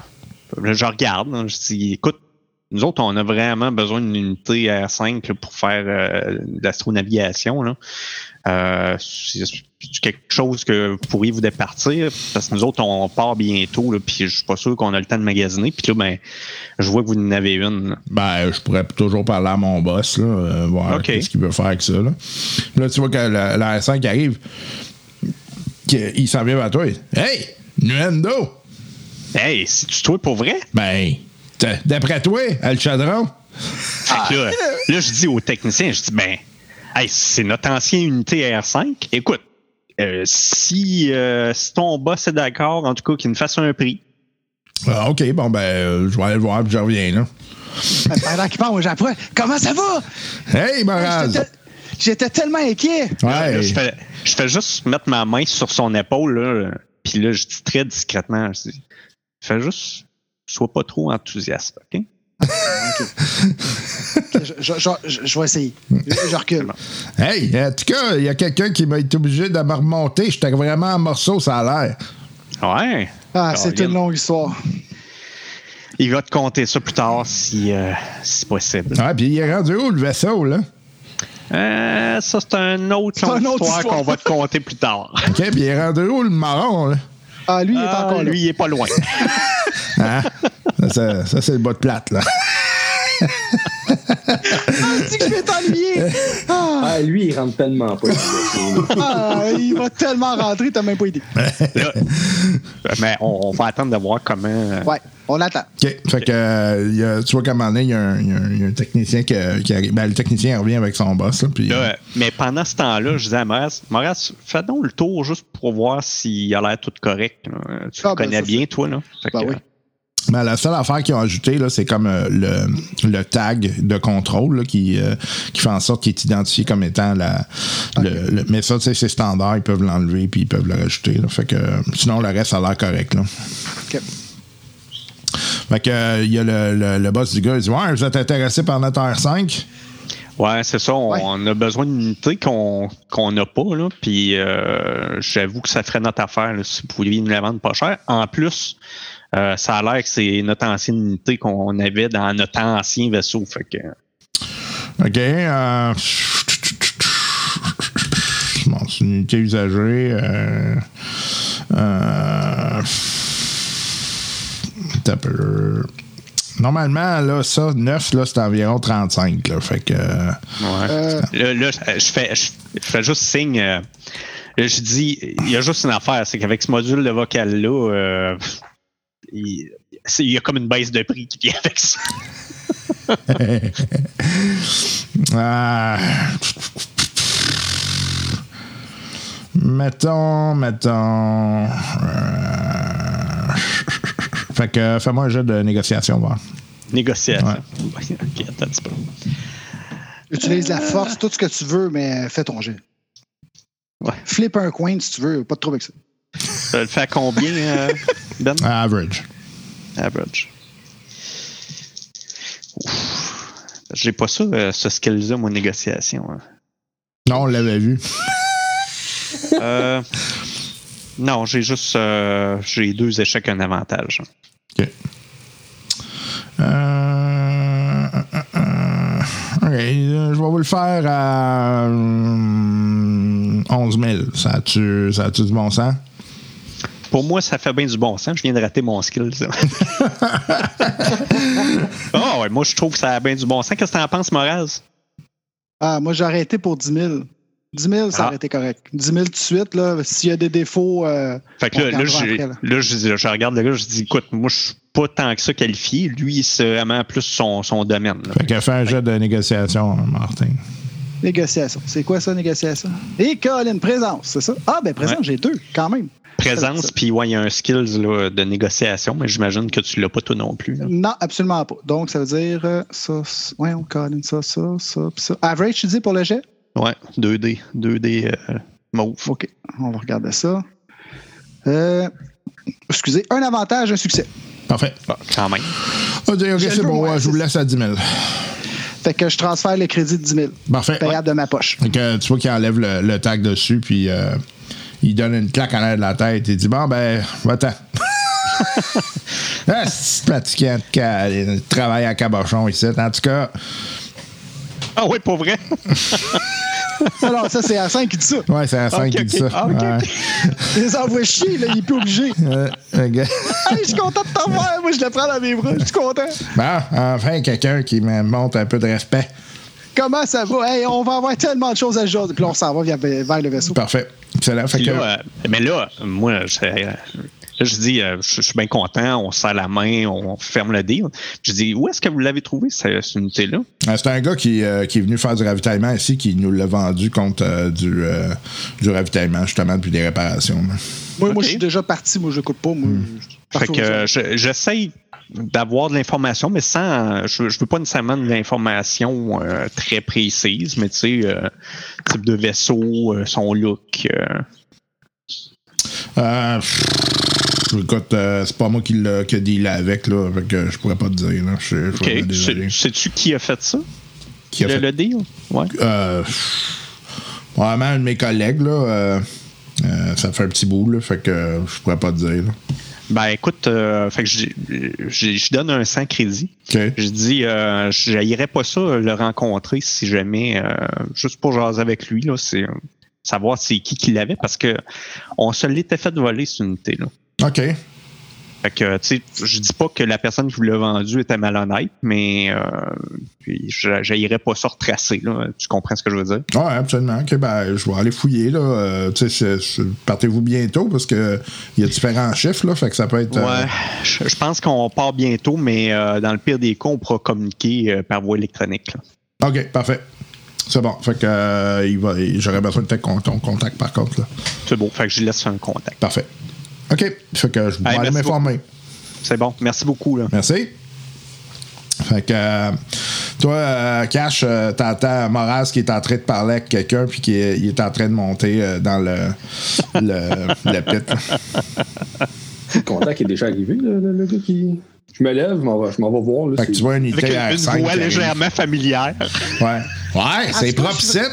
Speaker 4: je regarde, hein, je dis, écoute, nous autres, on a vraiment besoin d'une unité R5 là, pour faire euh, de l'astronavigation. là. Euh, c'est c'est quelque chose que vous pourriez vous départir, parce que nous autres, on part bientôt, là, puis je suis pas sûr qu'on a le temps de magasiner. Puis là, ben, je vois que vous en avez une. là.
Speaker 6: Ben, je pourrais toujours parler à mon boss, là, euh, voir
Speaker 4: Ok.
Speaker 6: qu'est-ce qu'il veut faire avec ça. Là, là tu vois que la, la R5 qui arrive, qu'il- il s'en vient vers toi. il- Hey, Nuendo!
Speaker 4: Hey, si tu trouves pour vrai?
Speaker 6: Ben, t'as- d'après toi, El Chadron?
Speaker 5: Ah,
Speaker 4: Fait que là, là, je dis au technicien, je dis, ben, hey, c'est notre ancienne unité R5. Écoute, euh, si, euh, si ton boss est d'accord, en tout cas, qu'il nous fasse un prix.
Speaker 6: Ah, OK, bon, ben, euh, je vais aller le voir, puis je reviens, là.
Speaker 5: Ben, Pendant qu'il parle, moi, j'apprends. Comment ça va?
Speaker 6: Hey,
Speaker 5: J'étais
Speaker 6: Moraz!
Speaker 5: te- J'étais tellement inquiet.
Speaker 6: Ouais.
Speaker 4: Là, je, fais, je fais juste mettre ma main sur son épaule, là, puis là, je dis très discrètement, je dis, fais juste, sois pas trop enthousiaste, OK?
Speaker 5: Je, je- je- je- je vais essayer. Je, je recule.
Speaker 6: Hey, en tout cas, il y a quelqu'un qui m'a été obligé de me remonter. J'étais vraiment en morceaux, ça a l'air.
Speaker 4: Ouais.
Speaker 5: Ah, c'est
Speaker 4: Caroline.
Speaker 5: une longue histoire.
Speaker 4: Il va te compter ça plus tard si, euh, si possible.
Speaker 6: Ouais, puis il est rendu où le vaisseau, là?
Speaker 4: Euh, ça, c'est un autre,
Speaker 5: C'est un
Speaker 4: longue
Speaker 5: autre
Speaker 4: histoire
Speaker 5: histoire.
Speaker 4: qu'on va te compter plus tard.
Speaker 6: OK, puis il est rendu où le marron, là?
Speaker 5: Ah, lui, il est
Speaker 4: Ah,
Speaker 5: encore
Speaker 4: lui,
Speaker 5: là.
Speaker 4: il est pas loin.
Speaker 6: Hein? Ça, ça, ça, c'est le bas de plate, là.
Speaker 5: Ah, dis que je vais t'ennuyer. Ah,
Speaker 7: Ah, lui, il rentre tellement pas. lui.
Speaker 5: ah, il va tellement rentrer, t'as même pas idée.
Speaker 4: Mais on, on va attendre de voir comment. euh,
Speaker 5: Ouais, on l'attend.
Speaker 6: OK, fait que euh, il y a- tu vois qu'à un moment donné, il y, a un- il y a un- il y a un technicien qui, qui arrive. Ben, le technicien il revient avec son boss, là, puis...
Speaker 4: là, euh, mais pendant ce temps-là, je disais à Maras, Maras, fais donc le tour juste pour voir s'il a l'air tout correct. là. Euh, Tu
Speaker 5: Ah,
Speaker 4: le
Speaker 5: ben,
Speaker 4: connais
Speaker 5: ça,
Speaker 4: bien, toi, là. Fait
Speaker 5: Ben
Speaker 4: que,
Speaker 5: oui.
Speaker 4: euh,
Speaker 6: Ben, la seule affaire qu'ils ont ajoutée, là, c'est comme euh, le, le tag de contrôle là, qui, euh, qui fait en sorte qu'il est identifié comme étant la. le- le- mais ça, tu sais, c'est standard, ils peuvent l'enlever puis ils peuvent le rajouter. là. Fait que, sinon, le reste, ça a l'air correct. Là.
Speaker 5: OK.
Speaker 6: Fait que, euh, il y a le, le- le boss du gars, il dit Ouais, vous êtes intéressé par notre R5
Speaker 4: Ouais, c'est ça. On,
Speaker 5: Ouais.
Speaker 4: on a besoin d'une unité qu'on qu'on n'a pas, là. Puis euh, j'avoue que ça ferait notre affaire là, si vous pouviez nous la vendre pas cher. En plus, euh, ça a l'air que c'est notre ancienne unité qu'on avait dans notre ancien vaisseau. Fait que.
Speaker 6: OK. euh, bon, c'est une unité usagée. euh, euh, t'as peu. Normalement, là, ça, 9, là, c'est environ 35. Là, fait que.
Speaker 4: Ouais.
Speaker 5: Euh,
Speaker 4: Là, là, je je fais, je, je fais juste signe. euh, je dis, il y a juste une affaire, c'est qu'avec ce module de vocal-là, euh, il, c'est- il y a comme une baisse de prix qui vient avec ça.
Speaker 6: euh, Ah. mettons, mettons. euh, fait que fais-moi un jeu de négociation, voir.
Speaker 4: Négociation. ok, attends un petit peu.
Speaker 5: Utilise la force, tout ce que tu veux, mais fais ton jet.
Speaker 4: Ouais.
Speaker 5: Flippe un coin si tu veux, pas de trouble avec ça.
Speaker 4: Ça le fait à combien, euh, Ben?
Speaker 6: Average.
Speaker 4: Average. Ouf. J'ai pas ça, euh, ce skill-là, mon négociation. hein.
Speaker 6: Non, on l'avait vu.
Speaker 4: Euh, non, j'ai juste euh, j'ai deux échecs, un avantage. hein.
Speaker 6: OK. Euh, euh, euh, OK, euh, je vais vous le faire à euh, 11 000. Ça a-tu ça a-tu du bon sens?
Speaker 4: Pour moi, ça fait bien du bon sens. Je viens de rater mon skill. ça. Ah ouais, moi, je trouve que ça a bien du bon sens. Qu'est-ce que t'en penses, Moraz?
Speaker 5: Ah, moi, j'aurais été pour 10 000. 10 000, ça
Speaker 4: Ah.
Speaker 5: aurait été correct. 10 000 tout de suite, là, s'il y a des défauts. euh,
Speaker 4: Fait que là,
Speaker 5: On
Speaker 4: là,
Speaker 5: regardera
Speaker 4: j'ai-
Speaker 5: après, là.
Speaker 4: là, je, dis- je regarde le gars, je dis, écoute, moi, je suis pas tant que ça qualifié. Lui, c'est vraiment plus son, son domaine. là.
Speaker 6: Fait que fais un jeu de négociation, hein, Martin.
Speaker 5: Négociation. C'est quoi ça, négociation? Et Colin, présence, c'est ça? Ah, ben présence, j'ai deux, quand même.
Speaker 4: présence, puis ouais, il y a un skills là, de négociation, mais j'imagine que tu l'as pas tout non plus. là.
Speaker 5: Non, absolument pas. Donc, ça veut dire euh, ça, ça- ouais, on coordonne ça, ça, ça, pis ça. Average, tu dis pour le jet?
Speaker 4: Ouais, 2D, 2D euh, mauve.
Speaker 5: OK, on va regarder ça. Euh, excusez, un avantage, un succès.
Speaker 6: Parfait.
Speaker 4: Ah, Quand même.
Speaker 6: Ok, ok,
Speaker 5: Je le
Speaker 6: c'est
Speaker 5: veux,
Speaker 6: bon.
Speaker 5: moi,
Speaker 6: ouais, je vous
Speaker 5: c'est-
Speaker 6: laisse à 10 000.
Speaker 5: Fait que je transfère les crédits de 10 000,
Speaker 6: Parfait.
Speaker 4: Ben,
Speaker 5: payable de ma poche.
Speaker 6: Fait que tu vois qu'il enlève le, le tag dessus, puis euh, il donne une claque en l'air de la tête et dit Bon, ben, va-t'en. ah, c'est fatigant de travaille à cabochon ici. En tout cas,
Speaker 4: Ah ouais, pour vrai?
Speaker 5: Alors, ça, c'est à 5 qui dit ça.
Speaker 6: ouais, c'est à 5 qui
Speaker 4: ok.
Speaker 6: dit ça.
Speaker 4: Ah, ok.
Speaker 6: Ouais.
Speaker 5: Les envoie chier, là, il est plus obligé.
Speaker 6: Euh, ok.
Speaker 5: Hey, je suis content de t'en voir. Moi, je le prends dans mes bras. Je suis content.
Speaker 6: Bon, enfin, quelqu'un qui me montre un peu de respect.
Speaker 5: Comment ça va? Hey, on va avoir tellement de choses à jour. Puis là, on s'en va vers- vers le vaisseau.
Speaker 6: Parfait. Excellent. Fait
Speaker 4: Puis
Speaker 6: que,
Speaker 4: là, euh, mais là, moi, je, euh, là, je dis, euh, je, je suis bien content, on se serre la main, on ferme le deal. Je dis, où est-ce que vous l'avez trouvé, cette, cette unité-là?
Speaker 6: Euh, C'est un gars qui, euh, qui est venu faire du ravitaillement ici, qui nous l'a vendu contre euh, du, euh, du ravitaillement, justement, depuis des réparations. là.
Speaker 5: Moi, moi, je suis
Speaker 4: Ok.
Speaker 5: déjà parti. Moi, je coupe pas. Moi, je-
Speaker 4: Fait que euh, je- j'essaye d'avoir de l'information, mais sans. Je, je veux pas nécessairement de l'information euh, très précise, mais tu sais, euh, type de vaisseau, euh, son look. euh,
Speaker 6: Euh, pff, écoute, euh, c'est pas moi qui l'a qui a dealé avec, là, fait que je pourrais pas te dire. Là. Je, je
Speaker 4: OK.
Speaker 6: suis vraiment désolé.
Speaker 4: Sais- Sais-tu qui a fait ça?
Speaker 6: Qui a
Speaker 4: le,
Speaker 6: fait-
Speaker 4: le deal? Ouais.
Speaker 6: Euh, pff, probablement un de mes collègues, là, euh, euh, ça fait un petit bout, là, fait que euh, je pourrais pas te dire. là.
Speaker 4: Ben écoute, euh, fait que je, je, je donne un 100 crédit.
Speaker 6: OK.
Speaker 4: Je dis, euh, j'haïrais pas ça euh, le rencontrer si jamais, euh, juste pour jaser avec lui, là, c'est euh, savoir c'est qui qui l'avait, parce que on se l'était fait voler cette unité-là.
Speaker 6: OK.
Speaker 4: Fait que, tu sais, je dis pas que la personne qui vous l'a vendu était malhonnête, mais euh, puis j'a- j'haïrais pas ça retracer, là. Tu comprends ce que je veux dire?
Speaker 6: Ouais, absolument. OK, ben, je vais aller fouiller, là. Euh, tu sais, c'est- c'est- partez-vous bientôt, parce que il y a différents chiffres, là, fait que ça peut être... euh,
Speaker 4: Ouais, je, je pense qu'on part bientôt, mais euh, dans le pire des cas, on pourra communiquer euh, par voie électronique. là.
Speaker 6: OK, parfait. C'est bon. Fait que euh, il va, il- j'aurais besoin de faire con- ton contact par contre. Là.
Speaker 4: C'est beau, fait que je laisse un contact.
Speaker 6: Parfait. OK. Fait que je vais
Speaker 4: Hey,
Speaker 6: aller
Speaker 4: merci
Speaker 6: m'informer.
Speaker 4: C'est bon, merci beaucoup. Là.
Speaker 6: Merci. Fait que euh, toi, euh, Cash, euh, t'entends Moraz qui est en train de parler avec quelqu'un puis qui est, il est en train de monter euh, dans le, le, le pit.
Speaker 7: Le contact est déjà arrivé, le, le- le gars qui. Je me lève, je m'en vais, je m'en vais voir. Là,
Speaker 6: Fait que tu
Speaker 7: c'est-
Speaker 6: vois une
Speaker 4: Avec
Speaker 6: unité
Speaker 4: une,
Speaker 6: à
Speaker 4: une
Speaker 6: 5
Speaker 4: voix légèrement familière.
Speaker 6: Ouais. Ouais, c'est
Speaker 5: tout cas,
Speaker 6: propre
Speaker 5: je-
Speaker 6: site.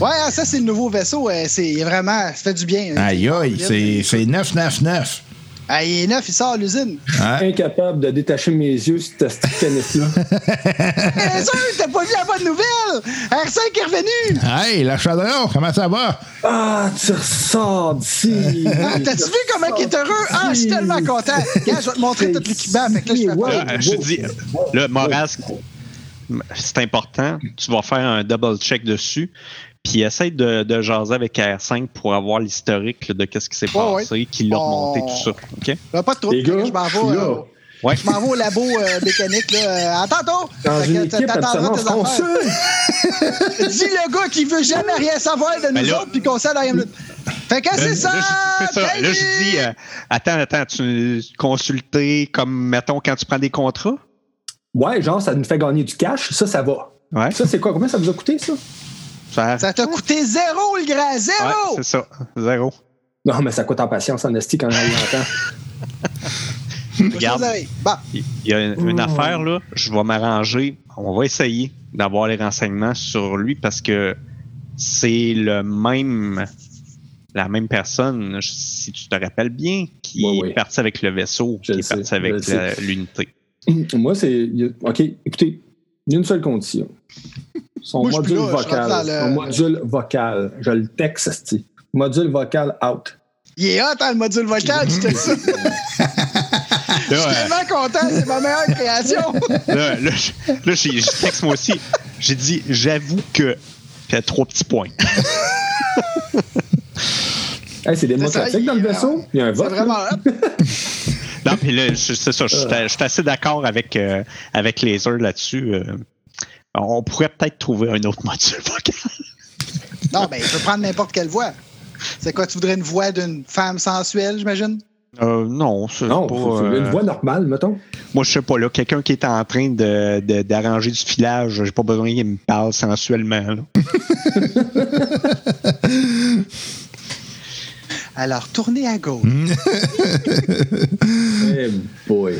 Speaker 5: Ouais, ah, ça, c'est le nouveau vaisseau. euh, C'est il est vraiment. Ça fait du bien. hein.
Speaker 6: Aïe aïe, c'est c'est 999.
Speaker 5: Ah, il est neuf, il sort à l'usine.
Speaker 7: Incapable de détacher mes yeux sur cette petite canette-là.
Speaker 5: Bien sûr, Eh, t'as pas vu la bonne nouvelle! R5 est revenu!
Speaker 6: Hey, la Chadron, comment ça va?
Speaker 7: Ah, tu ressors d'ici!
Speaker 5: Ah, T'as-tu vu comment il est heureux? Ah, je suis tellement content! Regarde, je vais te montrer tout l'équipement. Fait que là, je fais-
Speaker 7: Ouais.
Speaker 4: Là, Ah, je te dis, là, Moraz, c'est important. Tu vas faire un double check dessus. Puis essaye de, de jaser avec R5 pour avoir l'historique là, de quest ce qui s'est
Speaker 5: Ouais, ouais. Oh.
Speaker 4: passé, qui l'a remonté,
Speaker 5: On-
Speaker 4: tout ça. OK?
Speaker 5: Ah, Pas de trouble,
Speaker 7: Les gars,
Speaker 5: je m'en
Speaker 7: je suis
Speaker 5: vais.
Speaker 7: là.
Speaker 5: euh,
Speaker 4: Ouais.
Speaker 5: Je m'en vais au labo euh, mécanique, là. Euh, À tantôt!
Speaker 7: Dans
Speaker 5: Fait
Speaker 7: une
Speaker 5: que
Speaker 7: équipe
Speaker 5: t'attendras
Speaker 7: absolument
Speaker 5: tes affaires.
Speaker 7: française!
Speaker 5: Dis le gars qui veut jamais rien savoir de nous
Speaker 4: Mais Ben là- Ben
Speaker 5: autres, puis qu'on sait rien. Fait que
Speaker 4: Là,
Speaker 5: c'est ça!
Speaker 4: Euh, là, je- c'est ça. Là, je dis, euh, attends, attends, tu consulter comme, mettons, quand tu prends des contrats?
Speaker 7: Ouais, genre, ça nous fait gagner du cash, ça, ça va.
Speaker 4: Ouais.
Speaker 7: Ça, c'est quoi? Combien ça vous a coûté, ça?
Speaker 4: Ça,
Speaker 5: Ça t'a coûté zéro, le grand!
Speaker 4: ouais,
Speaker 5: Zéro!
Speaker 4: c'est ça. Zéro.
Speaker 7: Non, mais ça coûte en patience, en esti, quand j'en entends.
Speaker 4: Regarde.
Speaker 5: Bon,
Speaker 4: Il y a une, une affaire, là. Je vais m'arranger. On va essayer d'avoir les renseignements sur lui parce que c'est le même. La même personne, je- si tu te rappelles bien, qui
Speaker 7: Ouais, ouais.
Speaker 4: est parti avec le vaisseau,
Speaker 7: Je
Speaker 4: qui
Speaker 7: le
Speaker 4: est
Speaker 7: sais,
Speaker 4: parti
Speaker 7: je le
Speaker 4: avec
Speaker 7: sais.
Speaker 4: la- l'unité.
Speaker 7: Moi, c'est. OK, écoutez, il y a une seule condition. Son
Speaker 5: Moi, je suis plus
Speaker 7: module
Speaker 5: là, je suis rendu
Speaker 7: vocal.
Speaker 5: dans le-
Speaker 7: Son module vocal. Je le texte, esti. Module vocal out.
Speaker 5: il est hot, hein, le module vocal, tu te ça. Je suis tellement content, c'est ma meilleure création.
Speaker 4: euh, Là, là, je, là, j'ai- je texte moi aussi. J'ai dit, j'avoue que. Fait trois petits points.
Speaker 7: Hey, c'est
Speaker 5: ça,
Speaker 7: démocratique
Speaker 5: il-
Speaker 7: dans le vaisseau. Il y a un
Speaker 5: C'est
Speaker 7: vote.
Speaker 5: vraiment
Speaker 7: là.
Speaker 5: hot.
Speaker 4: Non, puis là, je- c'est ça, je
Speaker 7: Ah.
Speaker 4: suis- je suis assez d'accord avec, euh, avec Laser là-dessus. euh. on pourrait peut-être trouver un autre module vocal.
Speaker 5: Non, mais il peut prendre n'importe quelle voix. C'est quoi, tu voudrais une voix d'une femme sensuelle, j'imagine?
Speaker 4: Euh, non, c'est
Speaker 7: Non,
Speaker 4: pas,
Speaker 7: faut- faut- une
Speaker 4: euh,
Speaker 7: voix normale, mettons.
Speaker 4: Moi, je sais pas, là, quelqu'un qui est en train de- de- d'arranger du filage, j'ai pas besoin qu'il me parle sensuellement. là.
Speaker 5: Alors, tournez à gauche.
Speaker 7: Eh boy.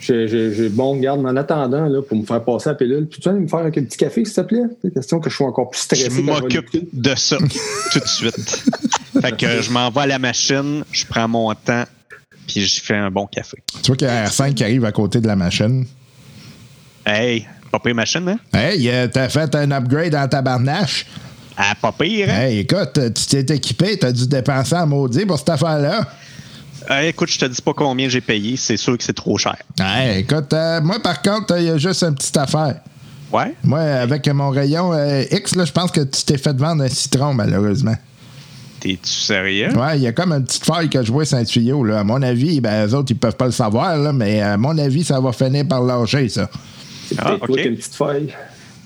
Speaker 7: J'ai, j'ai- j'ai- bon, garde, en attendant, là, pour me faire passer la pilule, peux-tu aller me faire avec un petit café, s'il te plaît? C'est question que je suis encore plus stressé.
Speaker 4: Je
Speaker 7: quand vais
Speaker 4: m'occupe
Speaker 7: l'écouter.
Speaker 4: de ça tout de suite. Fait que euh, je m'en vais à la machine, je prends mon temps, puis je fais un bon café.
Speaker 6: Tu vois qu'il y a R5 qui arrive à côté de la machine.
Speaker 4: Hey, pas pire machine, hein?
Speaker 6: Hey, euh, t'as fait un upgrade en tabarnache.
Speaker 4: Ah, pas pire, hein?
Speaker 6: Hey, écoute, tu t'es équipé, t'as dû dépenser à maudit pour cette affaire-là.
Speaker 4: Hey, Euh, écoute, je te dis pas combien j'ai payé, c'est sûr que c'est trop cher.
Speaker 6: Hey, écoute, euh, moi, par contre, il y a juste une petite affaire.
Speaker 4: Ouais?
Speaker 6: Moi, avec mon rayon euh, X, là, je pense que tu t'es fait vendre un citron, malheureusement.
Speaker 4: T'es-tu sérieux?
Speaker 6: Ouais, il y a comme une petite faille que je vois sur un tuyau. Là. À mon avis, ben, eux autres, ils peuvent pas le savoir, là, mais à mon avis, ça va finir par lâcher, ça.
Speaker 7: C'est
Speaker 4: Ah,
Speaker 7: peut-être toi
Speaker 4: ok.
Speaker 7: qui as une petite feuille.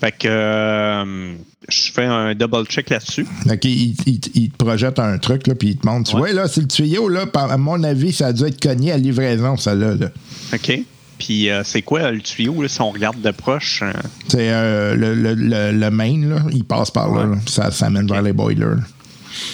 Speaker 4: Fait que euh, je fais un double check là-dessus.
Speaker 6: Fait qu'ils- ils, ils- ils te projettent un truc, là, puis ils te montrent. Tu
Speaker 4: Ouais.
Speaker 6: vois, là, c'est le tuyau, là, par- à mon avis, ça a dû être cogné à livraison, ça, là. là.
Speaker 4: OK. Puis euh, c'est quoi le tuyau, là, si on regarde de proche? euh?
Speaker 6: C'est euh, le, le, le, le main, là, il passe par là,
Speaker 4: Ouais.
Speaker 6: là, puis ça, ça mène vers les boilers.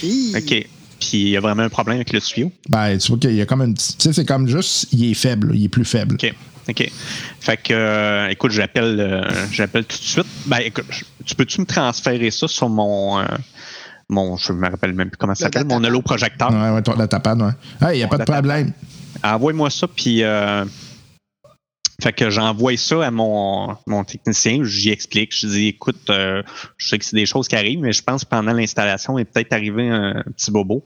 Speaker 5: Hi!
Speaker 4: OK. Puis il y a vraiment un problème avec le tuyau.
Speaker 6: Ben, tu vois qu'il y a comme une petite. Tu sais, c'est comme juste, il est faible, là, il est plus faible.
Speaker 4: OK. OK. Fait que, euh, écoute, j'appelle euh, j'appelle tout de suite. Ben, écoute, je- tu peux-tu me transférer ça sur mon. euh, mon je me rappelle même plus comment ça
Speaker 5: Le
Speaker 4: s'appelle, mon
Speaker 5: data-
Speaker 4: holo projecteur.
Speaker 6: Ouais, ouais, toi, la tapade, ouais. Hey, il n'y
Speaker 4: Ah.
Speaker 6: a
Speaker 4: On
Speaker 6: pas de
Speaker 4: la tape.
Speaker 6: problème.
Speaker 4: Envoie-moi ça, puis. euh, fait que j'envoie ça à mon, mon technicien, j'y explique, je dis écoute, euh, je sais que c'est des choses qui arrivent, mais je pense que pendant l'installation, il est peut-être arrivé un petit bobo.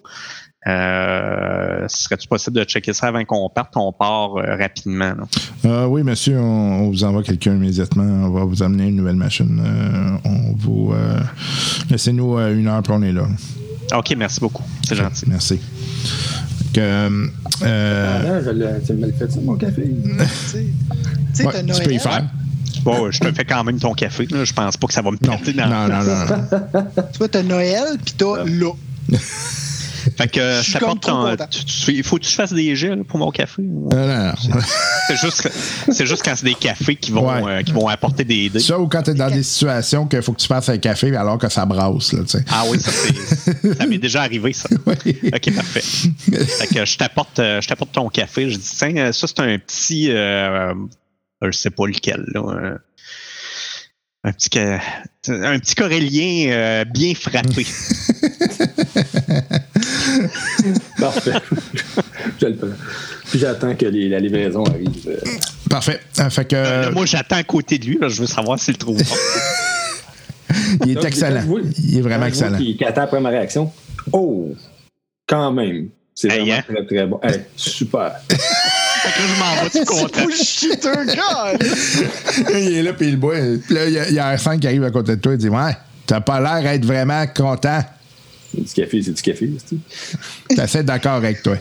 Speaker 4: Euh, Serait-tu possible de checker ça avant qu'on parte? On part euh, rapidement. là.
Speaker 6: Euh, oui, monsieur, on, on vous envoie quelqu'un immédiatement. On va vous amener une nouvelle machine. Euh, on vous. euh, Laissez-nous euh, une heure, puis on est là.
Speaker 4: OK, merci beaucoup. C'est gentil.
Speaker 6: Merci. Que, euh,
Speaker 7: Ah,
Speaker 6: euh,
Speaker 7: non, je l'ai- tu me le fais ça, mon café?
Speaker 5: Tu sais, tu sais,
Speaker 6: ouais,
Speaker 5: t'as
Speaker 6: tu peux y
Speaker 5: Noël.
Speaker 6: faire.
Speaker 4: Bon, euh, je te fais quand même ton café. Là. Je pense pas que ça va me
Speaker 6: Non,
Speaker 4: péter dans
Speaker 6: non, non, non. non.
Speaker 5: Tu vois, t'as Noël, puis t'as là.
Speaker 4: Fait que euh,
Speaker 5: Je suis
Speaker 4: ça
Speaker 5: comme
Speaker 4: porte
Speaker 5: trop
Speaker 4: ton.
Speaker 5: content.
Speaker 4: tu- tu- Il faut que tu fasses des gels pour mon café.
Speaker 6: Non, non, non.
Speaker 4: C'est juste, c'est juste quand c'est des cafés qui vont,
Speaker 6: Ouais.
Speaker 4: euh, qui vont apporter des idées.
Speaker 6: Ça, ou quand t'es dans des situations qu'il faut que tu fasses un café alors que ça brasse, là, tu sais.
Speaker 4: Ah oui, ça, c'est- ça m'est déjà arrivé, ça.
Speaker 6: Oui.
Speaker 4: OK, parfait. Fait que je t'apporte, euh, je t'apporte ton café. Je dis, tiens, euh, ça, c'est un petit. Euh, euh, je sais pas lequel, là. euh, Un petit, ca- un petit corélien euh, bien frappé.
Speaker 7: Parfait. je le prends. Puis j'attends que les- la livraison arrive. Euh,
Speaker 6: Parfait. Euh, Fait que,
Speaker 4: Là,
Speaker 6: euh,
Speaker 4: moi, j'attends à côté de lui. là, je veux savoir s'il le trouve bon.
Speaker 6: il est
Speaker 7: Donc,
Speaker 6: excellent.
Speaker 7: quand je vois-
Speaker 6: Il est vraiment
Speaker 7: quand je vois
Speaker 6: excellent.
Speaker 7: qu'il- qu'il attend après ma réaction. Oh! Quand même. C'est
Speaker 4: Hey,
Speaker 7: vraiment
Speaker 4: hein?
Speaker 7: très, très bon. Hey, super.
Speaker 4: Fait que là, je m'en vais du
Speaker 5: C'est
Speaker 4: contrat.
Speaker 5: bullshitter, God!
Speaker 6: il est là, puis il boit. Puis Là, il y a- il y a R5 qui arrive à côté de toi et dit Ouais, t'as pas l'air d'être vraiment content.
Speaker 7: C'est du café, c'est du café. c'est-tu?
Speaker 6: T'es assez d'accord avec toi.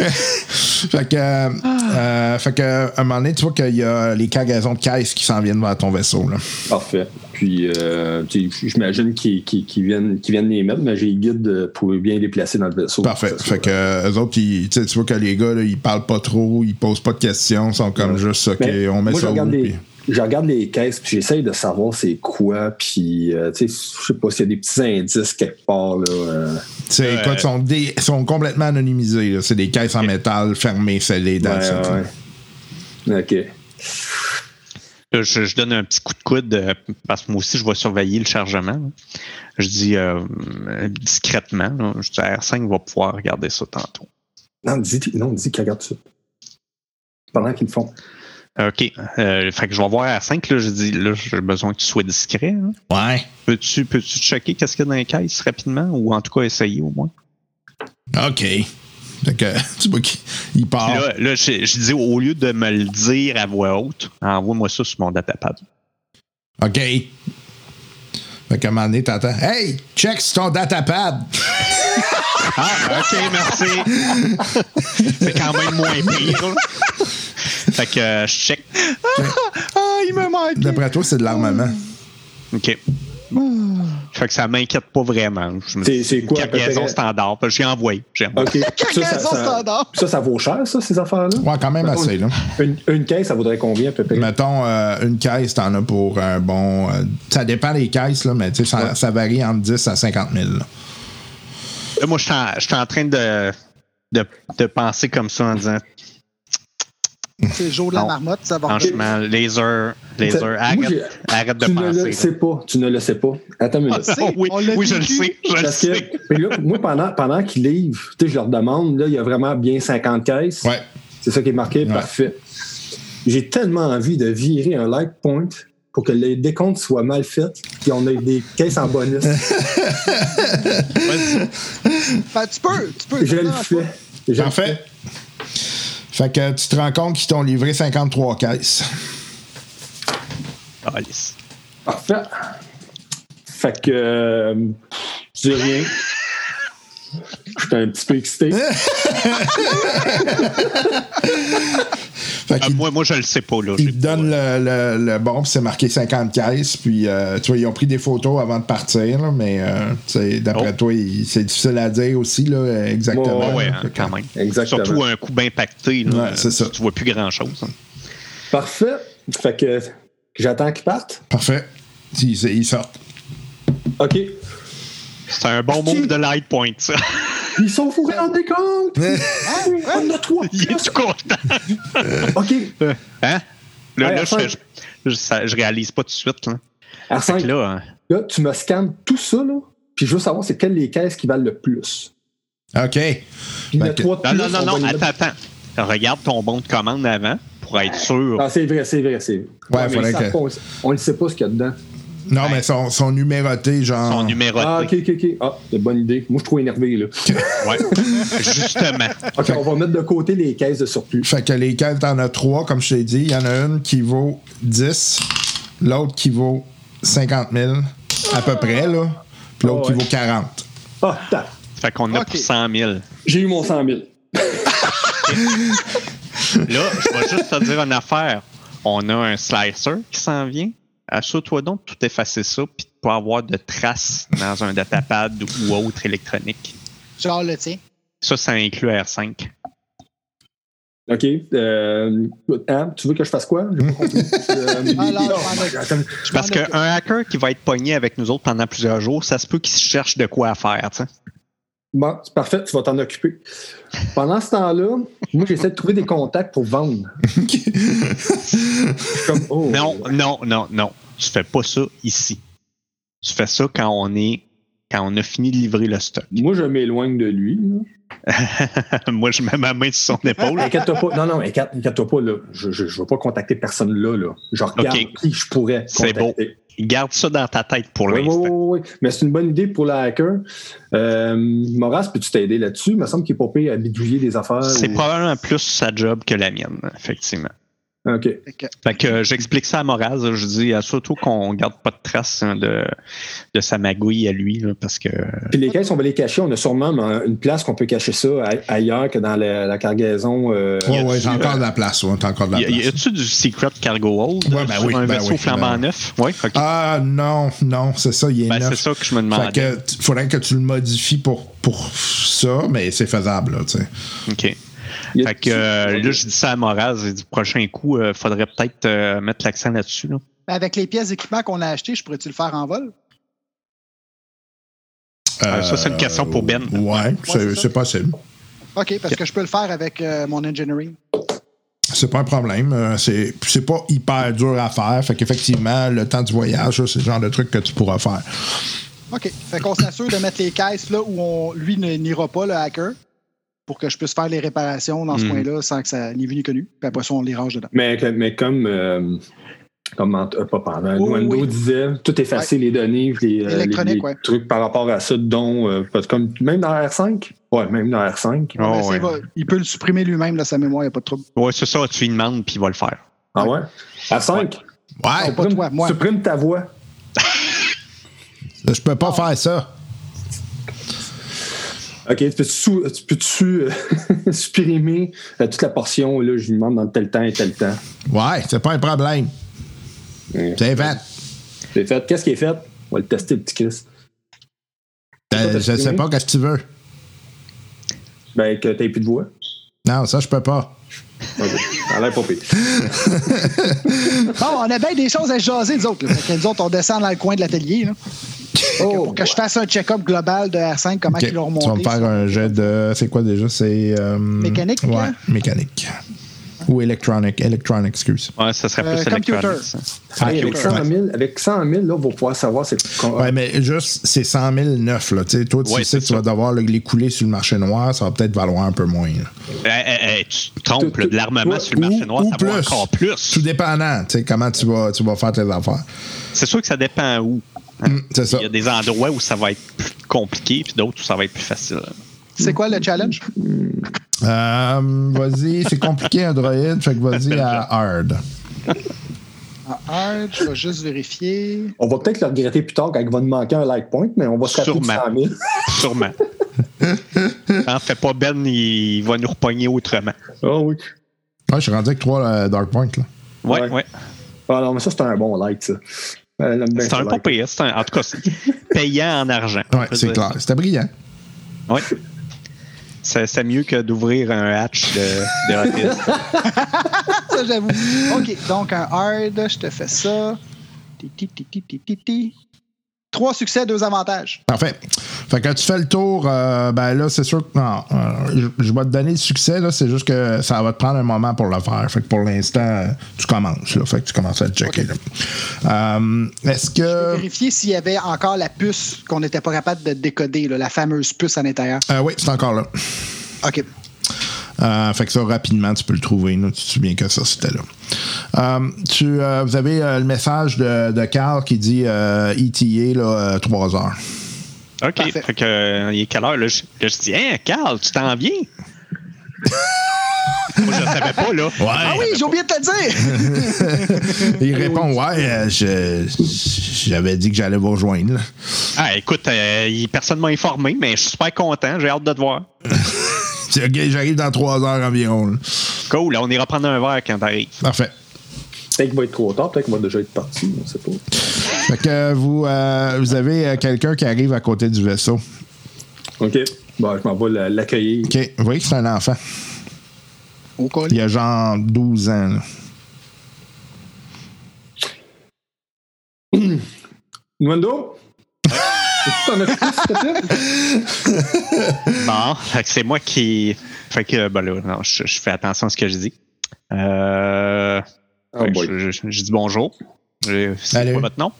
Speaker 6: fait que, euh, fait que, à un moment donné, tu vois qu'il y a les cargaisons de caisses qui s'en viennent vers ton vaisseau. Là.
Speaker 7: Parfait. Puis, euh, tu sais, j'imagine qu'ils qu'ils- qu'ils viennent, qu'ils viennent les mettre, mais j'ai le guide euh, pour bien les placer dans le vaisseau.
Speaker 6: Parfait.
Speaker 7: Ça, ça,
Speaker 6: Fait que, euh, eux autres, ils- tu sais, tu vois que les gars, là, ils parlent pas trop, ils posent pas de questions, ils sont comme juste, OK,
Speaker 7: Mais
Speaker 6: on met
Speaker 7: moi,
Speaker 6: ça
Speaker 7: je
Speaker 6: où.
Speaker 7: regarde, les,
Speaker 6: puis-
Speaker 7: je regarde les caisses, puis j'essaye de savoir c'est quoi, puis euh, tu sais, je sais pas s'il y a des petits indices quelque part. Là, euh,
Speaker 6: C'est
Speaker 4: Euh,
Speaker 6: quoi, ils sont, dé- ils sont complètement anonymisés. là. C'est des caisses en métal fermées, scellées dans le
Speaker 7: ouais,
Speaker 6: sens.
Speaker 7: ouais. OK.
Speaker 4: Là, je, je donne un petit coup de coude euh, parce que moi aussi, je vais surveiller le chargement. là. Je dis euh, euh, discrètement. là. Je dis R5 va pouvoir regarder ça tantôt.
Speaker 7: Non, dis, non, dis qu'ils regardent ça. Pendant qu'ils le font.
Speaker 4: OK. Euh, fait que je vais voir R5. Là, je dis là, j'ai besoin que tu sois discret. hein.
Speaker 6: Ouais.
Speaker 4: Peux-tu peux checker qu'est-ce qu'il y a dans les caisses rapidement ou en tout cas essayer au moins?
Speaker 6: OK. Fait que, tu vois qu'il il part.
Speaker 4: Puis Là, là, je, je dis au lieu de me le dire à voix haute, envoie-moi ça sur mon datapad.
Speaker 6: OK. Fait qu'à un moment donné, t'entends Hey, check sur ton datapad.
Speaker 4: Ah, ok, merci. C'est quand même moins pire. là. Fait que euh, je check.
Speaker 5: Ah, il me manque!
Speaker 6: D'après toi, c'est de l'armement.
Speaker 4: OK. Fait que ça m'inquiète pas vraiment. Je me
Speaker 7: C'est-
Speaker 4: dis,
Speaker 7: c'est
Speaker 4: une
Speaker 7: quoi, à peu
Speaker 4: cargaison
Speaker 7: près?
Speaker 4: standard. parce que J'ai envoyé. J'aime.
Speaker 7: OK. Ça, ça,
Speaker 5: Cargaison
Speaker 7: ça,
Speaker 5: standard.
Speaker 7: ça, ça vaut cher, ça, ces affaires-là?
Speaker 6: Ouais, quand même assez, là.
Speaker 7: Une, une caisse, ça vaudrait combien à peu près?
Speaker 6: Mettons, euh, une caisse, t'en as pour un bon. euh, ça dépend des caisses, là, mais tu sais, ça, ça varie entre 10 à 50 000. là.
Speaker 4: Là, moi, je suis en- je suis en train de, de, de penser comme ça en disant
Speaker 5: C'est le jour de la
Speaker 4: Non.
Speaker 5: marmotte, ça va.
Speaker 4: franchement, laser, laser,
Speaker 7: Moi,
Speaker 4: arrête,
Speaker 7: j'ai-
Speaker 4: arrête de
Speaker 7: tu ne le
Speaker 4: penser.
Speaker 7: sais pas. Tu ne le sais pas. Attends une
Speaker 4: là.
Speaker 7: minute.
Speaker 5: sait,
Speaker 4: oui,
Speaker 5: on l'a
Speaker 4: oui, je le
Speaker 5: vécu.
Speaker 4: sais, je le
Speaker 7: Parce que,
Speaker 4: sais.
Speaker 7: mais là, moi, pendant, pendant qu'ils livrent, tu sais, je leur demande, là, il y a vraiment bien 50 caisses.
Speaker 6: Ouais.
Speaker 7: C'est ça qui est marqué,
Speaker 6: Ouais.
Speaker 7: parfait. J'ai tellement envie de virer un like point pour que le décompte soit mal fait, puis on ait des caisses en bonus.
Speaker 5: Fait, Ben, tu peux, tu peux.
Speaker 7: Je le
Speaker 5: vraiment,
Speaker 7: fais. Je le
Speaker 6: Parfait. Fait que tu te rends compte qu'ils t'ont livré 53 caisses.
Speaker 4: Ah, lisse.
Speaker 7: Parfait. Fait que euh, je dis rien. J'étais un petit peu excité.
Speaker 6: Fait
Speaker 4: Ah,
Speaker 6: qu'ils
Speaker 4: moi, moi, je le sais pas. Là.
Speaker 6: ils te donnent le, le- le bon, puis c'est marqué 50 caisses. Puis, euh, tu vois, ils ont pris des photos avant de partir, là, mais euh, tu sais, d'après
Speaker 4: Oh.
Speaker 6: toi, ils- c'est difficile à dire aussi, là, exactement.
Speaker 7: Ouais,
Speaker 4: Ah ouais,
Speaker 6: là.
Speaker 4: hein, quand même.
Speaker 7: Exactement.
Speaker 4: Surtout un coup bien pacté. Là,
Speaker 6: Ouais, c'est ça.
Speaker 4: Tu vois plus grand-chose. hein.
Speaker 7: Parfait. Fait que j'attends qu'ils partent.
Speaker 6: Parfait. Ils, ils sortent.
Speaker 7: OK.
Speaker 4: C'est un bon move de light point, ça.
Speaker 7: Ils sont fourrés en décompte. Ah, On en a trois.
Speaker 4: Il est tout content.
Speaker 7: OK.
Speaker 4: Hein? Là,
Speaker 7: Ouais,
Speaker 4: là,
Speaker 7: enfin.
Speaker 4: je, je, je- ça- je réalise pas tout de suite. Là, Fait
Speaker 7: R5,
Speaker 4: que là, hein,
Speaker 7: là, tu me scannes tout ça, là, puis je veux savoir c'est quelles les caisses qui valent le plus.
Speaker 6: OK.
Speaker 7: Puis il y en a
Speaker 6: Fait que-
Speaker 7: trois de
Speaker 4: non,
Speaker 7: plus,
Speaker 4: non,
Speaker 7: on
Speaker 4: non,
Speaker 7: va
Speaker 4: non,
Speaker 7: les
Speaker 4: attends,
Speaker 7: mettre-
Speaker 4: attends. Regarde ton bon de commande avant pour être sûr.
Speaker 7: Ah, c'est vrai, c'est vrai, c'est vrai.
Speaker 6: Ouais,
Speaker 7: mais
Speaker 6: faudrait
Speaker 7: ils savent
Speaker 6: que-
Speaker 7: pas, on- On ne sait pas ce qu'il y a dedans.
Speaker 6: Non, mais sont, sont numérotés, genre.
Speaker 4: Son numéro.
Speaker 7: Ah, OK, OK, OK. Ah, c'est une bonne idée. Moi, je suis trop énervé, là.
Speaker 4: Ouais. Justement.
Speaker 7: OK, on va mettre de côté les caisses de surplus.
Speaker 6: Fait que lesquels t'en as trois, comme je t'ai dit. Il y en a une qui vaut 10, l'autre qui vaut 50 000, à peu près, là. Puis l'autre
Speaker 7: Ah ouais.
Speaker 6: qui vaut 40.
Speaker 7: Ah, attends.
Speaker 4: Fait qu'on a pour 100 000.
Speaker 7: J'ai eu mon 100 000.
Speaker 4: Là, je vais juste te dire une affaire. On a un slicer qui s'en vient. Assure-toi donc de tout effacer ça puis de pas avoir de traces dans un datapad ou autre électronique.
Speaker 5: Genre le tien.
Speaker 4: Ça, ça inclut R5.
Speaker 7: OK. Euh, hein, tu veux que je fasse quoi? J'ai pas compris. Euh,
Speaker 5: Alors,
Speaker 7: non,
Speaker 5: je m'en occupe.
Speaker 7: attends.
Speaker 5: Je
Speaker 4: Parce
Speaker 5: m'en occupe.
Speaker 4: qu'un hacker qui va être pogné avec nous autres pendant plusieurs jours, ça se peut qu'il se cherche de quoi à faire. tu sais.
Speaker 7: Bon, c'est parfait, tu vas t'en occuper. Pendant ce temps-là, moi, j'essaie de trouver des contacts pour vendre. Je suis comme, oh,
Speaker 4: Non, non, non, non. Tu fais pas ça ici. Tu fais ça quand on est quand on a fini de livrer le stock.
Speaker 7: Moi, je m'éloigne de lui. là.
Speaker 4: Moi, je mets ma main sur son épaule.
Speaker 7: Inquiète-toi pas. Non, non, inquiète- inquiète-toi pas. Là. Je ne veux pas contacter personne là. là. Je regarde
Speaker 4: Ok.
Speaker 7: qui je pourrais
Speaker 4: C'est
Speaker 7: contacter.
Speaker 4: beau. Garde ça dans ta tête pour
Speaker 7: Oui, oui,
Speaker 4: l'instant.
Speaker 7: oui, oui. Mais c'est une bonne idée pour la hacker. Euh, Maurras, peux-tu t'aider là-dessus? Il me semble qu'il est pas pire à bidouiller des
Speaker 6: Ah
Speaker 7: affaires.
Speaker 4: C'est
Speaker 7: ou-
Speaker 4: probablement plus sa job que la mienne, effectivement.
Speaker 7: OK.
Speaker 5: Fait que-
Speaker 4: Fait que euh, j'explique ça à Moraz. Je dis euh, surtout qu'on garde pas de traces hein, de, de sa magouille à lui, là, parce que
Speaker 7: Puis les caisses, on va les cacher. On a sûrement euh, une place qu'on peut cacher ça a- ailleurs que dans la, la cargaison. euh,
Speaker 6: Ouais, ouais, j'ai encore de la place. Ouais, t'as encore de la
Speaker 4: y, a- y
Speaker 6: place.
Speaker 4: a-tu du secret cargo hold
Speaker 6: Ouais, ben
Speaker 4: sur
Speaker 6: oui,
Speaker 4: un
Speaker 6: ben
Speaker 4: vaisseau
Speaker 6: oui,
Speaker 4: flambant
Speaker 6: ben oui.
Speaker 4: neuf Ouais, ok.
Speaker 6: Ah non, non, c'est ça, il est
Speaker 4: Ben, c'est
Speaker 6: neuf.
Speaker 4: ça que je me
Speaker 6: Fait
Speaker 4: demandais.
Speaker 6: que t- faudrait que tu le modifies pour, pour ça, mais c'est faisable, là, tu sais.
Speaker 4: Ok.
Speaker 7: y a-
Speaker 4: Fait que euh, là, je dis ça à Moraz. Il dit prochain coup, euh, faudrait peut-être euh, mettre l'accent là-dessus. là.
Speaker 5: Mais Avec les pièces d'équipement qu'on a achetées, je pourrais-tu le faire en vol?
Speaker 4: Ah, ça, c'est une question pour Ben.
Speaker 6: Euh, Ouais, c'est
Speaker 5: c'est ça.
Speaker 6: c'est possible.
Speaker 5: OK, parce que je peux le faire avec euh, mon engineering.
Speaker 6: C'est pas un problème. euh, C'est puis c'est pas hyper dur à faire. Fait qu'effectivement, le temps du voyage, ça, c'est le genre de truc que tu pourras faire.
Speaker 5: OK. Fait qu'on s'assure de mettre les caisses là où on, lui ne- n'ira pas, le hacker, pour que je puisse faire les réparations dans ce
Speaker 6: Hmm.
Speaker 4: Mhm.
Speaker 5: coin-là sans que ça ni vu ni connu. Puis après ça, on les range dedans.
Speaker 7: Mais, que- mais comme, euh, comme Ant- euh, pas pendant,
Speaker 5: Oui,
Speaker 7: Nuendo
Speaker 5: oui.
Speaker 7: disait, tout effacer les données, puis les, euh, les-
Speaker 5: Électronique,
Speaker 7: les
Speaker 5: ouais.
Speaker 7: trucs par rapport à ça, dont euh, parce que comme même dans R5, ouais, même dans R5.
Speaker 4: Oh,
Speaker 5: Mais ça,
Speaker 4: ouais.
Speaker 5: il Ben, va- Il peut le supprimer lui-même de sa mémoire, il n'y a pas de trouble.
Speaker 4: Ouais, c'est ça. Tu lui demandes, puis il va le faire.
Speaker 7: Ah ouais. R5,
Speaker 6: Ouais,
Speaker 5: Non, Oh, pas toi, moi.
Speaker 7: supprime ta voix.
Speaker 6: je peux pas faire ça.
Speaker 7: Ok, tu peux-tu sous- tu peux-tu, euh, supprimer euh, toute la portion, là, je lui demande dans tel temps et tel temps.
Speaker 6: Ouais, c'est pas un problème.
Speaker 7: Ouais.
Speaker 6: C'est fait.
Speaker 7: J'ai fait, qu'est-ce qui est fait? On va le tester, le petit Chris.
Speaker 6: Euh, je sais pas, qu'est-ce que tu veux?
Speaker 7: Ben, que t'aies plus de voix.
Speaker 6: Non, ça, je peux pas.
Speaker 7: Ok. Ça a l'air pas pire.
Speaker 5: Bon, on a bien des choses à jaser, nous autres. là. Fait que nous autres, on descend dans le coin de l'atelier. là. Fait que pour que je fasse un check-up global de R5, comment
Speaker 6: Oh, Ok,
Speaker 5: ils l'ont
Speaker 6: Tu vas me
Speaker 5: remonté.
Speaker 6: faire un jet de. C'est quoi déjà? C'est. euh,
Speaker 5: Mécanique,
Speaker 6: Ouais,
Speaker 5: hein?
Speaker 6: mécanique. Ou électronique. Électronique, excuse.
Speaker 4: Ouais, ça serait
Speaker 5: Euh,
Speaker 4: plus électronique.
Speaker 5: computer.
Speaker 4: ça.
Speaker 7: Hey, avec,
Speaker 6: Ah, Ouais.
Speaker 7: 100 000, avec 100 000, là, on va pouvoir savoir c'est con-
Speaker 6: Ouais, mais juste, c'est 100 000 neuf, là. Tu sais, toi, tu
Speaker 4: Ouais,
Speaker 6: sais
Speaker 4: c'est
Speaker 6: que tu vas
Speaker 4: ça.
Speaker 6: devoir le- les couler sur le marché noir, ça va peut-être valoir un peu moins. là.
Speaker 4: Eh, eh, eh, tu te trompes, là, de l'armement
Speaker 7: Ouais,
Speaker 4: sur le marché noir, ça va encore plus.
Speaker 6: Tout dépendant, tu sais, comment tu vas, tu vas faire tes affaires.
Speaker 4: C'est sûr que ça dépend où.
Speaker 6: Mm, c'est ça.
Speaker 4: Il y a des endroits où ça va être plus compliqué, puis d'autres où ça va être plus facile.
Speaker 5: C'est quoi le challenge?
Speaker 6: Euh, vas-y, c'est compliqué, Android, fait que vas-y à hard.
Speaker 5: En hard, je vais juste vérifier.
Speaker 7: On va peut-être le regretter plus tard quand il va nous manquer un like point, mais on va se rappeler de
Speaker 4: Sûrement.
Speaker 7: 100 000.
Speaker 4: Sûrement. En fait pas Ben, il va nous repogner autrement.
Speaker 7: Ah oui.
Speaker 6: Ouais, je suis rendu avec trois euh, Dark Point, là.
Speaker 4: Ouais,
Speaker 7: Ouais.
Speaker 4: ouais.
Speaker 7: Ah non, mais ça, c'est un bon like, ça. Euh, j'aime bien
Speaker 4: C'est
Speaker 7: ce
Speaker 4: un pas
Speaker 7: like.
Speaker 4: pire. c'est un- en tout cas, c'est payant en argent.
Speaker 6: Ouais, c'est clair. C'était brillant.
Speaker 4: Oui. C'est c'est mieux que d'ouvrir un hatch de, de hôtel.
Speaker 5: Ça, j'avoue. OK, donc un hard, je te fais ça. Ti, ti, ti, ti, ti, ti, ti. Trois succès, deux avantages.
Speaker 6: Parfait. Fait que tu fais le tour, euh, ben là, c'est sûr que non. euh, je, je vais te donner le succès, là, c'est juste que ça va te prendre un moment pour le faire. Fait que pour l'instant, euh, tu commences, là. Fait que tu commences à te checker, là. Euh, Est-ce que.
Speaker 5: Vérifier s'il y avait encore la puce qu'on n'était pas capable de décoder, là, la fameuse puce à l'intérieur.
Speaker 6: Euh, oui, c'est encore là.
Speaker 5: OK.
Speaker 6: Euh, fait que ça, rapidement, tu peux le trouver. là. Tu te souviens que ça, c'était là. Euh, tu, euh, vous avez euh, le message de, de Carl qui dit euh, ETA, là, 3 heures.
Speaker 4: OK.
Speaker 5: Parfait.
Speaker 4: Fait que, euh, il est quelle heure? Là, je, là, je dis, Hein, Carl, tu t'en viens? Moi, je ne savais pas, là.
Speaker 5: Ah oui, j'ai oublié de te dire!
Speaker 6: Il répond Ouais, euh, je- j'avais dit que j'allais vous rejoindre. là.
Speaker 4: Ah, écoute, euh, il- personne m'a informé, mais je suis super content. J'ai hâte de te voir.
Speaker 6: Tu dis, OK, j'arrive dans 3 heures environ. là.
Speaker 4: Cool, on ira prendre un verre quand t'arrives.
Speaker 6: Parfait.
Speaker 7: Peut-être qu'il va être trop tard, peut-être qu'il va déjà être parti, on sait pas.
Speaker 6: Fait que euh, vous, euh, vous avez euh, quelqu'un qui arrive à côté du vaisseau.
Speaker 7: OK. Bon, je m'en vais la- l'accueillir.
Speaker 6: OK, vous voyez que c'est un enfant.
Speaker 5: Au col.
Speaker 6: Il a genre 12 ans. là.
Speaker 7: Nwendo? T'en as plus, s'il te plaît?
Speaker 4: Bon, fait que c'est moi qui. Fait que, ben là, non, je, je fais attention à ce que je dis. Euh,
Speaker 7: Oh
Speaker 4: fait que
Speaker 7: boy.
Speaker 4: je, je- je dis bonjour. Je- C'est
Speaker 6: Salut.
Speaker 4: quoi votre nom?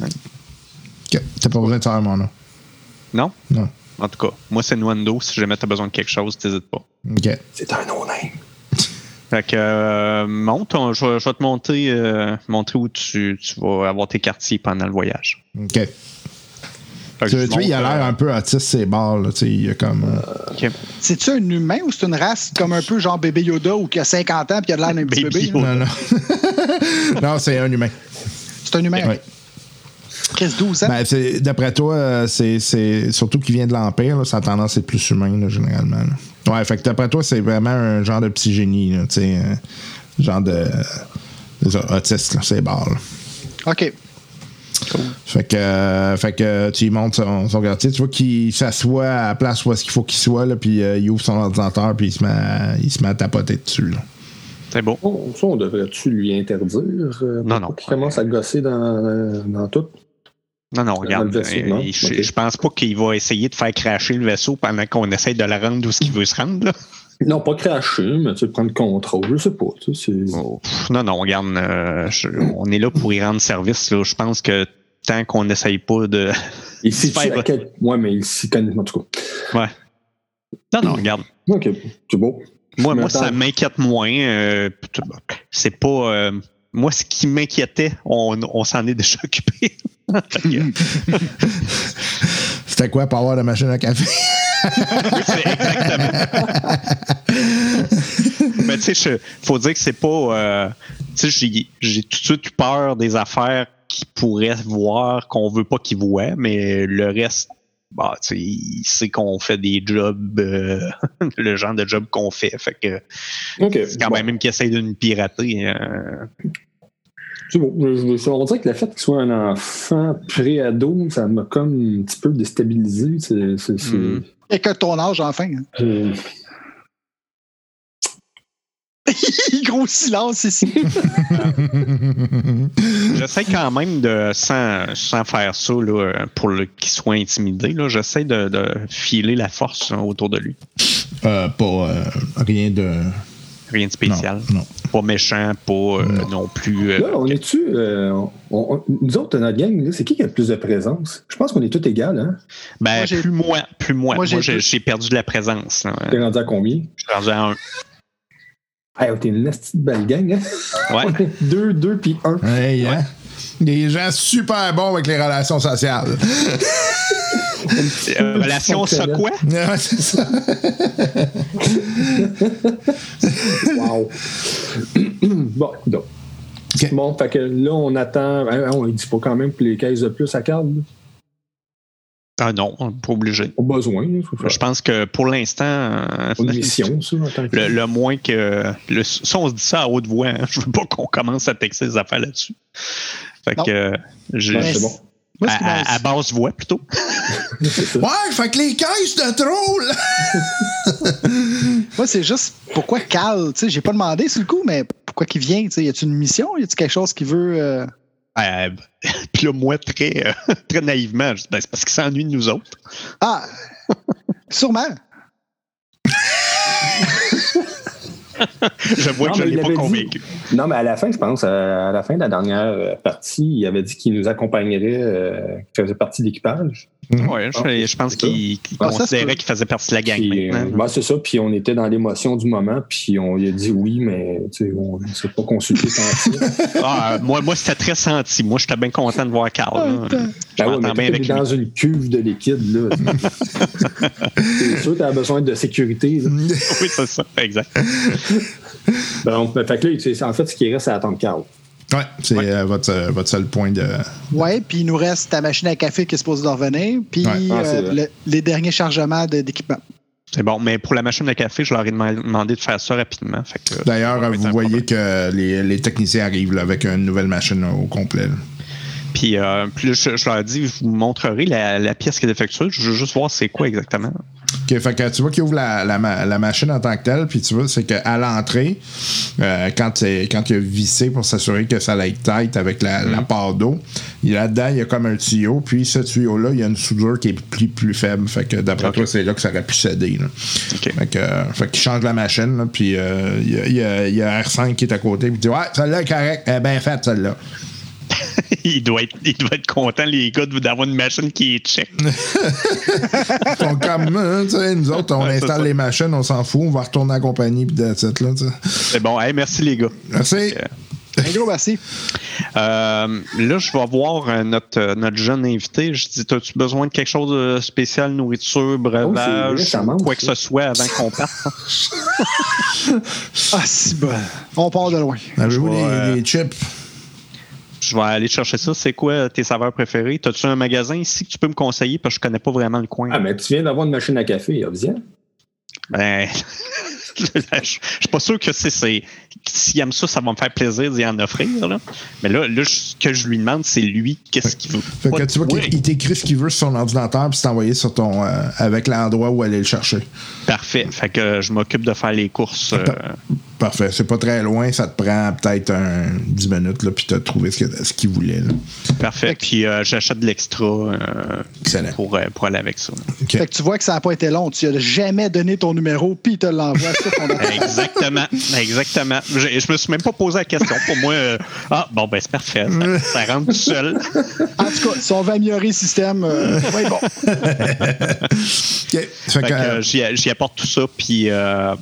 Speaker 6: OK, T'as pas besoin de faire mon nom.
Speaker 4: Non?
Speaker 6: Non.
Speaker 4: En tout cas, moi, c'est Nwando. Si jamais t'as besoin de quelque chose, t'hésites pas.
Speaker 6: OK.
Speaker 7: C'est un non-name.
Speaker 4: Fait que, euh, monte, on- je, vais- je vais te monter, euh, montrer où tu, tu vas avoir tes quartiers pendant le voyage.
Speaker 6: OK.
Speaker 4: Fait que
Speaker 6: Tu
Speaker 4: je
Speaker 6: tu vois, il a
Speaker 4: monte,
Speaker 6: l'air un peu autiste, ses barres. là, tu sais, Il a comme. euh,
Speaker 4: euh, ok.
Speaker 5: C'est-tu un humain ou c'est une race comme un peu genre bébé Yoda ou qui a 50 ans et qui a de l'air d'un petit
Speaker 4: euh, Baby
Speaker 5: bébé? là?
Speaker 4: Yoda.
Speaker 6: Non, non. non, c'est un humain.
Speaker 5: C'est un humain.
Speaker 6: Ouais.
Speaker 5: Chris, 12 ans.
Speaker 6: Ben, c'est- D'après toi, euh, c'est- c'est surtout qu'il vient de l'Empire, là, sa tendance est plus humaine, là, généralement. là. Ouais, fait que d'après toi, c'est vraiment un genre de petit génie, là, tu sais, euh, genre de. de ça, autiste, là, c'est barre. là.
Speaker 5: OK.
Speaker 6: Fait que, euh, fait que euh, tu lui montres son, son quartier, tu vois qu'il s'assoit à la place où est-ce qu'il faut qu'il soit, là, puis euh, il ouvre son ordinateur, puis il se met à, il se met à tapoter dessus. là.
Speaker 4: C'est bon.
Speaker 7: Bon, ça, on devrait-tu lui interdire? euh,
Speaker 4: Non,
Speaker 7: pour
Speaker 4: non.
Speaker 7: qu'il commence à gosser dans, euh, dans tout.
Speaker 4: Non, non,
Speaker 7: Dans le
Speaker 4: regarde.
Speaker 7: vaisseau,
Speaker 4: euh,
Speaker 7: non?
Speaker 4: Je,
Speaker 7: Ok.
Speaker 4: je pense pas qu'il va essayer de faire cracher le vaisseau pendant qu'on essaye de le rendre où ce qu'il veut se rendre. là.
Speaker 7: Non, pas cracher, mais tu sais, prendre le contrôle, je sais pas. Tu sais, c'est-
Speaker 4: Oh, pff, non, non, regarde, euh, je- on est là pour y rendre service. là. Je pense que tant qu'on n'essaye pas de.
Speaker 7: Il s'y
Speaker 4: Super.
Speaker 7: tire à quel... Ouais, mais il s'y connaît, en tout cas.
Speaker 4: Non, non, regarde.
Speaker 7: OK, c'est beau.
Speaker 4: Moi,
Speaker 7: Je
Speaker 4: moi
Speaker 7: m'attends.
Speaker 4: ça m'inquiète moins. euh, putain, c'est pas. euh, moi, ce qui m'inquiétait, on, on s'en est déjà occupé. Fait que, oui,
Speaker 6: C'était quoi, pas avoir de machine à café?
Speaker 4: c'est exactement. Mais tu sais, je- faut dire que c'est pas. euh, tu sais, j'ai- j'ai tout de suite eu peur des affaires qu'ils pourraient voir, qu'on veut pas qu'ils voient, mais le reste, bah, tu sais, il sait qu'on fait des jobs, euh, le genre de job qu'on fait. Fait que
Speaker 7: OK.
Speaker 4: c'est quand
Speaker 7: bon.
Speaker 4: hein. même même qu'ils essayent de nous pirater. euh,
Speaker 7: C'est bon, je- je- on dirait que le fait qu'il soit un enfant pré-ado, ça m'a comme un petit peu déstabilisé. C'est, c'est- c'est-
Speaker 4: Mhm.
Speaker 5: Et que ton âge, enfin. hein.
Speaker 7: euh,
Speaker 5: Gros silence ici.
Speaker 4: J'essaie quand même de, sans, sans faire ça, là, pour le- qu'il soit intimidé, là, j'essaie de, de filer la force hein, autour de lui.
Speaker 6: Euh, pas euh, rien de.
Speaker 4: Rien de spécial.
Speaker 6: Non, non.
Speaker 4: Pas méchant, pas euh, non. plus. euh,
Speaker 7: Là, on est-tu. euh, on- on- nous autres, dans notre gang, là, c'est qui qui a le plus de présence? Je pense qu'on est tous égales. Hein?
Speaker 4: ben,
Speaker 5: Moi, j'ai-
Speaker 4: plus moi, plus moi. Moi,
Speaker 5: Moi, j'ai
Speaker 4: j'ai
Speaker 5: plus-
Speaker 4: j'ai perdu de la présence. là.
Speaker 7: T'es rendu à combien?
Speaker 4: Je suis rendu à un.
Speaker 7: Hey, oh, t'es une petite belle gang. Hein?
Speaker 4: Ouais.
Speaker 7: deux, deux, puis un.
Speaker 6: Hey, hein? Des gens super bons avec les relations sociales.
Speaker 4: Euh, relation, ça quoi?
Speaker 6: Ouais, c'est ça.
Speaker 7: Wow. bon, donc.
Speaker 6: Ok.
Speaker 7: Bon, fait que là, on attend. hein, On ne dit pas quand même que les caisses de plus à carte. là.
Speaker 4: Ah non, pas obligé.
Speaker 7: Pas besoin. là, faut faire
Speaker 4: Je pense que pour l'instant. euh,
Speaker 7: une mission, ça. en tant que-
Speaker 4: Le, le moins que. Le, ça, on se dit ça à haute voix. hein. Je veux pas qu'on commence à texter des affaires là-dessus. Fait
Speaker 5: Non.
Speaker 4: que. euh, je-
Speaker 7: Ouais,
Speaker 5: Mais
Speaker 7: c'est bon.
Speaker 5: Moi, ce qui
Speaker 4: à, à- à
Speaker 5: m'a-
Speaker 4: basse voix, plutôt.
Speaker 6: Ouais, fait que les caisses de troll!
Speaker 5: moi, c'est juste pourquoi Cal, tu sais, j'ai pas demandé sur le coup, mais pourquoi qu'il vient, tu sais, y a-tu une mission, y a-tu quelque chose qui veut. euh,
Speaker 4: Euh, Puis là, moi, très, euh, très naïvement, je dis, Ben, c'est parce qu'il s'ennuie de nous autres.
Speaker 5: Ah, sûrement.
Speaker 4: Je vois
Speaker 7: Non,
Speaker 4: que je
Speaker 7: mais
Speaker 4: l'ai
Speaker 7: il
Speaker 4: pas
Speaker 7: l'avait dit.
Speaker 4: convaincu.
Speaker 7: Non, mais à la fin, je pense, euh, à la fin de la dernière euh, partie, il avait dit qu'il nous accompagnerait, euh, qu'il faisait partie de l'équipage.
Speaker 4: Ouais, je, je pense
Speaker 7: c'est ça.
Speaker 4: qu'il qu'il
Speaker 5: Ah, ça, c'est
Speaker 4: considérait
Speaker 5: cool.
Speaker 4: qu'il faisait partie de la gang
Speaker 7: Puis, euh,
Speaker 4: maintenant.
Speaker 7: ben, c'est ça, puis on était dans l'émotion du moment, puis on lui a dit oui, mais tu sais, on ne s'est pas consulté tant que ça.
Speaker 4: Ah, euh, moi, moi c'était très senti. Moi, j'étais bien content de voir Carl. là. Je
Speaker 7: Ben ouais,
Speaker 4: m'entends
Speaker 7: mais
Speaker 4: bien
Speaker 7: t'es
Speaker 4: avec lui.
Speaker 7: dans une cuve de liquide, là. c'est sûr, t'as besoin de sécurité. là.
Speaker 4: Oui, c'est ça, exact.
Speaker 7: Bon, ben, fait que là, c'est- en fait, ce qui reste, c'est attendre Carl.
Speaker 4: Mm.
Speaker 6: Ouais, c'est euh, votre, euh, votre seul point de.
Speaker 5: Ouais, puis il nous reste ta machine à café qui est supposée de revenir, puis
Speaker 6: Ouais.
Speaker 7: Ah, c'est
Speaker 5: euh,
Speaker 7: vrai.
Speaker 5: le- les derniers chargements de- d'équipement.
Speaker 4: C'est bon, mais pour la machine de café, je leur ai demand- demandé de faire ça rapidement. Fait que, euh,
Speaker 6: D'ailleurs,
Speaker 4: ça va
Speaker 6: euh,
Speaker 4: être
Speaker 6: vous
Speaker 4: un
Speaker 6: voyez
Speaker 4: problème.
Speaker 6: que les, les techniciens arrivent là, avec une nouvelle machine euh, au complet. là.
Speaker 4: Puis, euh, puis là, je, je leur ai dit, je vous montrerai la, la pièce qui est défectueuse. Je veux juste voir c'est quoi exactement.
Speaker 6: OK, fait que tu vois qu'il ouvre la, la ma- la machine en tant que telle, puis tu vois, c'est qu'à l'entrée, euh, quand, c'est- quand il a vissé pour s'assurer que ça aille tête avec la,
Speaker 4: Mhm.
Speaker 6: la part d'eau, il- là-dedans, il y a comme un tuyau, puis ce tuyau-là, il y a une soudure qui est plus, plus faible. Fait que d'après
Speaker 4: OK.
Speaker 6: toi, c'est là que ça aurait pu céder. là.
Speaker 4: OK.
Speaker 6: Fait que, euh, fait qu'il change la machine, là, puis euh, il y a- il y, a- il y a R5 qui est à côté, puis il dit Ouais, celle-là est correcte, elle est bien faite, celle-là.
Speaker 4: il, doit être, il doit être content, les gars, de- d'avoir une machine qui est check.
Speaker 6: Ils sont comme, hein, tu sais, nous autres, on
Speaker 4: Ouais, c'est
Speaker 6: installe
Speaker 4: ça.
Speaker 6: les machines, on s'en fout, on va retourner à la compagnie, puis de cette là, tu sais.
Speaker 4: C'est bon, hey, merci les gars.
Speaker 6: Merci.
Speaker 5: Un gros merci.
Speaker 4: Euh, là, je vais voir euh, notre, euh, notre jeune invité. Je dis, as-tu besoin de quelque chose de spécial, nourriture,
Speaker 7: Oh, c'est vrai,
Speaker 4: breuvage,
Speaker 7: ça manque,
Speaker 4: quoi que
Speaker 7: ça.
Speaker 4: ce soit avant qu'on parte?
Speaker 5: Ah, si bon. On part de loin.
Speaker 6: Avez-vous
Speaker 4: Je
Speaker 6: des,
Speaker 4: vais, euh,
Speaker 6: des chips?
Speaker 4: Je vais aller chercher ça. C'est quoi tes saveurs préférées? As-tu un magasin ici que tu peux me conseiller parce que je connais pas vraiment le coin?
Speaker 7: Ah, mais tu viens d'avoir une machine à café, Obzien.
Speaker 4: Ben, je je suis pas sûr que c'est. c'est- S'il aime ça, ça va me faire plaisir d'y en offrir. Là. Mais là, là, je- ce que je lui demande, c'est lui, qu'est-ce qu'il veut.
Speaker 6: Fait
Speaker 4: Pas
Speaker 6: que tu vois
Speaker 4: de toi.
Speaker 6: qu'il il t'écrit ce qu'il veut sur son ordinateur, puis c'est envoyé sur ton, euh, avec l'endroit où aller le chercher.
Speaker 4: Parfait. Fait que euh, je m'occupe de faire les courses. euh,
Speaker 6: Parfait. C'est pas très loin, ça te prend peut-être un 10 minutes, là, puis t'as trouvé ce que- ce qu'il voulait. là.
Speaker 4: parfait. Puis euh, j'achète de l'extra euh,
Speaker 6: Excellent.
Speaker 4: pour, euh, pour aller avec ça.
Speaker 6: OK.
Speaker 5: Fait que tu vois que ça n'a pas été long. Tu n'as jamais donné ton numéro, puis il te l'envoie sur ton ordinateur.
Speaker 4: Exactement. Exactement. Je, je me suis même pas posé la question. Pour moi, euh, ah, bon, ben, c'est parfait. Ça, ça rentre tout seul.
Speaker 5: En tout cas, si on veut améliorer le système, euh, ouais, bon.
Speaker 6: OK. Fait
Speaker 4: Fait
Speaker 6: que,
Speaker 4: que
Speaker 6: euh,
Speaker 4: euh, j'y j'y apporte tout ça. Puis euh,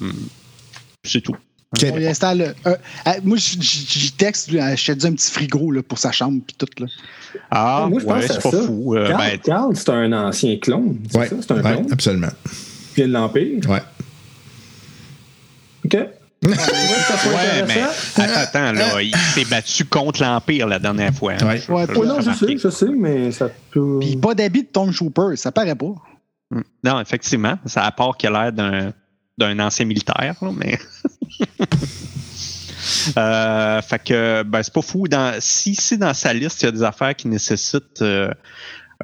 Speaker 4: c'est tout.
Speaker 6: OK.
Speaker 5: on lui installe. euh, euh, moi, j- j- j'y texte, lui, euh, je te dis un petit frigo là, pour sa chambre, puis tout. Là.
Speaker 4: Ah,
Speaker 7: Moi, je pense
Speaker 4: ouais,
Speaker 7: que
Speaker 4: c'est
Speaker 7: c'est
Speaker 4: pas
Speaker 7: ça.
Speaker 4: fou. Euh,
Speaker 7: Carl,
Speaker 4: ben,
Speaker 7: Carl, c'est un ancien clone. C'est
Speaker 6: ouais,
Speaker 7: ça, c'est un
Speaker 6: ouais,
Speaker 7: clone.
Speaker 6: absolument.
Speaker 7: Il vient de l'Empire.
Speaker 6: Ouais.
Speaker 7: OK.
Speaker 4: Ouais, mais attends, attends, là,
Speaker 7: euh,
Speaker 4: il s'est battu contre l'Empire la dernière fois. hein.
Speaker 6: Ouais.
Speaker 4: Je-
Speaker 5: Ouais,
Speaker 4: je-
Speaker 5: ouais,
Speaker 7: non, je
Speaker 4: remarqué.
Speaker 7: sais, je sais, mais ça peut.
Speaker 5: Puis pas d'habit de Stormtrooper, ça paraît pas.
Speaker 4: Mm. Non, effectivement, ça apporte qu'il a l'air d'un d'un ancien militaire, là, mais Euh, fait que, ben, c'est pas fou. Dans, si, si dans sa liste, il y a des affaires qui nécessitent euh,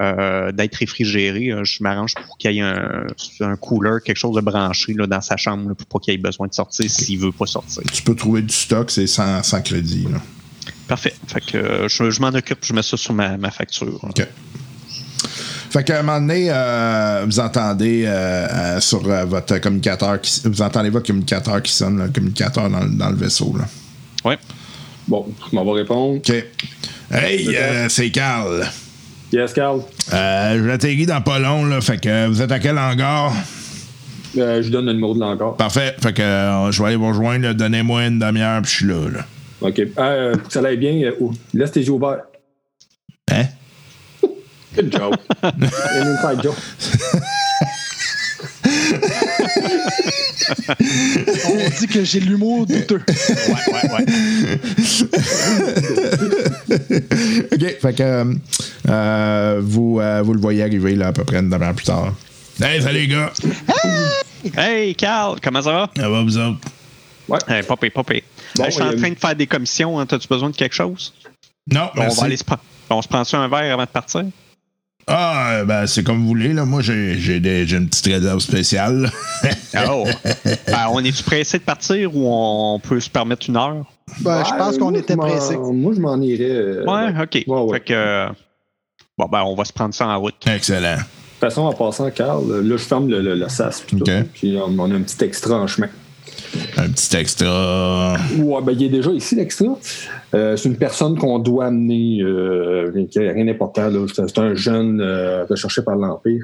Speaker 4: euh, d'être réfrigérées, euh, je m'arrange pour qu'il y ait un, un cooler, quelque chose de branché là, dans sa chambre là, pour pas qu'il ait besoin de sortir s'il veut pas sortir.
Speaker 6: Tu peux trouver du stock, c'est sans, sans crédit. là.
Speaker 4: Parfait. Fait que euh, je, je m'en occupe, je mets ça sur ma, ma facture.
Speaker 6: Fait qu'à un moment donné, euh, vous entendez euh, euh, sur euh, votre communicateur, qui, vous entendez votre communicateur qui sonne, là, le communicateur dans, le- dans le vaisseau. Là.
Speaker 4: Ouais.
Speaker 7: Bon, je m'en vais répondre.
Speaker 6: OK. Hey, euh, c'est Carl.
Speaker 7: Yes, Carl.
Speaker 6: Euh, J'atterris dans pas long, là. Fait que euh, vous êtes à quel hangar?
Speaker 7: Euh, je donne le numéro de l'encore.
Speaker 6: Parfait. Fait que euh, je vais aller vous rejoindre. là. Donnez-moi une demi-heure, puis je suis là, là.
Speaker 7: OK. Euh, pour que ça aille bien. euh, oh, laisse tes yeux ouverts.
Speaker 6: Hein?
Speaker 7: Good job. An inside joke.
Speaker 5: On dit que j'ai de l'humour douteux.
Speaker 6: OK. Fait que euh, euh, vous, euh, vous le voyez arriver, là, à peu près une demi-heure plus tard. Hey, salut, les gars.
Speaker 4: Hey, Carl, comment ça va?
Speaker 6: Ça va, vous autres?
Speaker 4: Hey, popé, popé.
Speaker 7: Bon,
Speaker 4: je suis en
Speaker 7: euh,
Speaker 4: train de faire des commissions. Hein. T'as-tu besoin de quelque chose?
Speaker 6: Non,
Speaker 4: On
Speaker 6: merci.
Speaker 4: va aller se prendre. On se prend sur un verre avant de partir?
Speaker 6: Ah, euh, ben, c'est comme vous voulez, là. Moi, j'ai j'ai des- j'ai une petite réserve spéciale.
Speaker 4: Oh! Ben, on est-tu pressé de partir ou on peut se permettre une heure?
Speaker 5: Ben, je
Speaker 7: Ouais,
Speaker 5: pense qu'on
Speaker 7: moi,
Speaker 5: était
Speaker 7: je m'en-
Speaker 5: pressés.
Speaker 7: Moi, je m'en irais. euh,
Speaker 4: Ouais,
Speaker 7: De
Speaker 4: OK.
Speaker 7: Ouais, ouais.
Speaker 4: Fait que. euh, Bon, ben, on va se prendre ça en route.
Speaker 6: Excellent.
Speaker 7: toute façon, en passant, Carl, euh, là, je ferme le, le- le sas. Puis, tout.
Speaker 6: OK.
Speaker 7: Puis, on, on a un petit extra en chemin.
Speaker 6: Un petit extra.
Speaker 7: Ouais, ben, il est déjà ici, l'extra. Euh, c'est une personne qu'on doit amener, euh, qui a rien d'important. là. C'est c'est un jeune euh, recherché par l'Empire.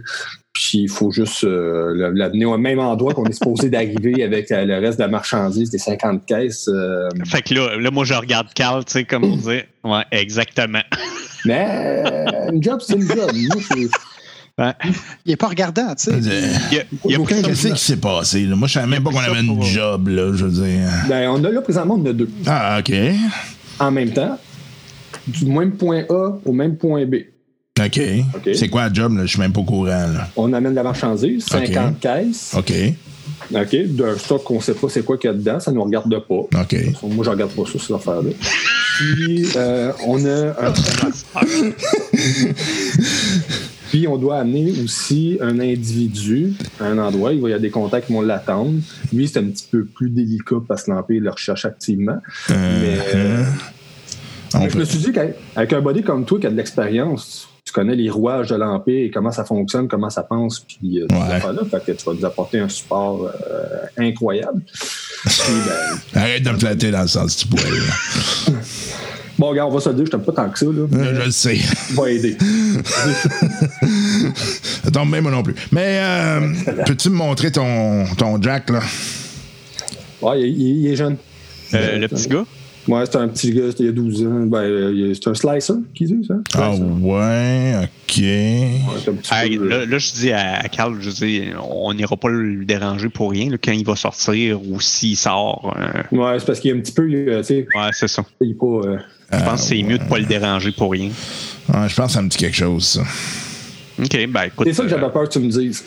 Speaker 7: Puis il faut juste euh, le- l'amener au même endroit qu'on est supposé d'arriver avec euh, le reste de la marchandise, des 50 caisses. euh,
Speaker 4: Fait que là, là moi, je regarde Carl, tu sais, comme on dit. Ouais, exactement.
Speaker 7: mais euh, une job, c'est une job. Moi, je-
Speaker 5: Il n'est pas regardant, tu sais.
Speaker 6: Euh,
Speaker 4: Il y a, il y a pris ça-
Speaker 6: Qu'est-ce qui s'est passé? là? Moi, je savais même pas qu'on avait une job, là, je veux dire.
Speaker 7: ben, on a là présentement, on a deux.
Speaker 6: Ah, OK.
Speaker 7: en même temps, du même point A au même point B.
Speaker 6: OK.
Speaker 7: OK.
Speaker 6: C'est quoi la job, là? Je suis même pas au courant, là.
Speaker 7: On amène de la marchandise,
Speaker 6: OK.
Speaker 7: 50 caisses,
Speaker 6: OK.
Speaker 7: OK, d'un stock qu'on ne sait pas c'est quoi qu'il y a dedans, ça ne nous regarde pas.
Speaker 6: OK.
Speaker 7: Moi, je regarde pas ça, cette affaire-là. Puis, euh, on a un- Puis, on doit amener aussi un individu à un endroit. Il va y avoir des contacts qui vont l'attendre. Lui, c'est un petit peu plus délicat parce que l'Empire le recherche activement. Mais, euh,
Speaker 6: Uh-huh. On
Speaker 7: Mais je me
Speaker 6: peut-
Speaker 7: suis dit qu'avec un body comme toi qui a de l'expérience, tu connais les rouages de l'Empire et comment ça fonctionne, comment ça pense, puis euh, ces
Speaker 6: Ouais.
Speaker 7: affaires-là. Fait que tu vas nous apporter un support euh, incroyable. Puis, ben,
Speaker 6: Arrête de me flatter dans le sens du poil. là.
Speaker 7: bon, regarde, on va se le dire, je t'aime pas tant que ça, là. mais
Speaker 6: Euh, je le sais.
Speaker 7: tu vas aider.
Speaker 6: Ça tombe bien, moi non plus. Mais euh, peux-tu me montrer ton, ton jack, là?
Speaker 7: Ouais, il, il- il est jeune.
Speaker 4: euh, le petit gars?
Speaker 7: Ouais, c'est un petit gars, il y a 12 ans. Ben, euh, il- c'est un slicer, qu'ils disent, hein?
Speaker 6: Ah
Speaker 7: Slicer.
Speaker 6: ouais, OK.
Speaker 7: Ouais, c'est un petit
Speaker 4: Hey,
Speaker 7: peu, euh,
Speaker 4: là, là, je dis à à Carl, je dis, on n'ira pas le déranger pour rien là, quand il va sortir ou s'il sort. euh,
Speaker 7: Ouais, c'est parce qu'il est un petit peu, euh, tu sais,
Speaker 4: ouais, c'est ça.
Speaker 7: il est pas. euh,
Speaker 4: Je pense que c'est mieux de pas le déranger pour rien.
Speaker 6: Ouais, Ah, je pense que ça me dit quelque chose, ça.
Speaker 4: OK, ben écoute.
Speaker 7: C'est ça que
Speaker 4: euh,
Speaker 7: j'avais peur que tu me dises.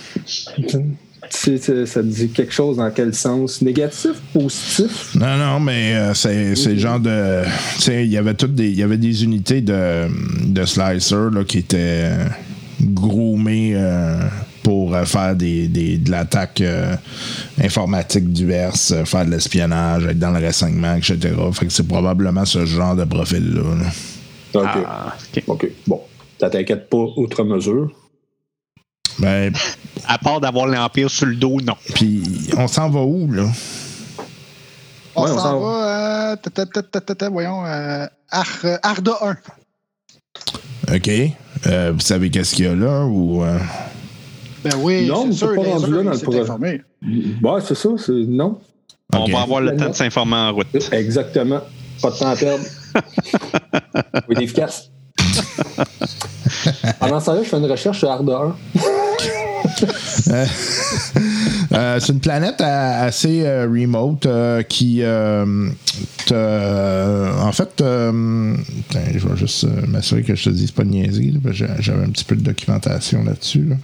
Speaker 7: C'est- c'est- ça te dit quelque chose dans quel sens? Négatif, positif?
Speaker 6: Non, non, mais euh, c'est c'est le genre de. Tu sais, il y avait toutes des. Il y avait des unités de, de slicer là, qui étaient euh, groomées euh, pour euh, faire des, des- de l'attaque euh, informatique diverse, euh, faire de l'espionnage, être dans le renseignement, etc. Fait que c'est probablement ce genre de profil-là. là.
Speaker 7: OK.
Speaker 4: ah, OK.
Speaker 7: OK. Bon. Ça t'inquiète pas outre mesure.
Speaker 6: Ben,
Speaker 4: À part d'avoir l'Empire sur le dos, non.
Speaker 6: puis on s'en va où, là?
Speaker 5: On
Speaker 7: Ouais, on
Speaker 5: s'en
Speaker 7: s'en
Speaker 5: va. euh, ta- ta- ta- ta- ta- ta, voyons. euh, Ar- euh, Arda 1.
Speaker 6: OK. Euh, vous savez qu'est-ce qu'il y a là? Ou, euh,
Speaker 5: Ben oui,
Speaker 7: Non,
Speaker 5: c'est
Speaker 7: on
Speaker 5: sûr.
Speaker 7: peut pas
Speaker 5: bien
Speaker 7: rendu
Speaker 5: sûr,
Speaker 7: là dans
Speaker 5: il
Speaker 7: le
Speaker 5: s'est
Speaker 7: projet.
Speaker 5: informé.
Speaker 7: Ouais, c'est ça. c'est- Non.
Speaker 6: OK.
Speaker 4: On va avoir le temps de s'informer en route.
Speaker 7: Exactement. Pas de temps à perdre. Faut être efficace. Pendant ce temps-là, je fais une recherche sur Arda 1.
Speaker 6: Euh, c'est une planète euh, assez euh, remote euh, qui. euh, te- euh, en fait, euh, attends, je vais juste euh, m'assurer que je te dise pas de niaiserie. là, parce que j'a- J'avais un petit peu de documentation là-dessus. là.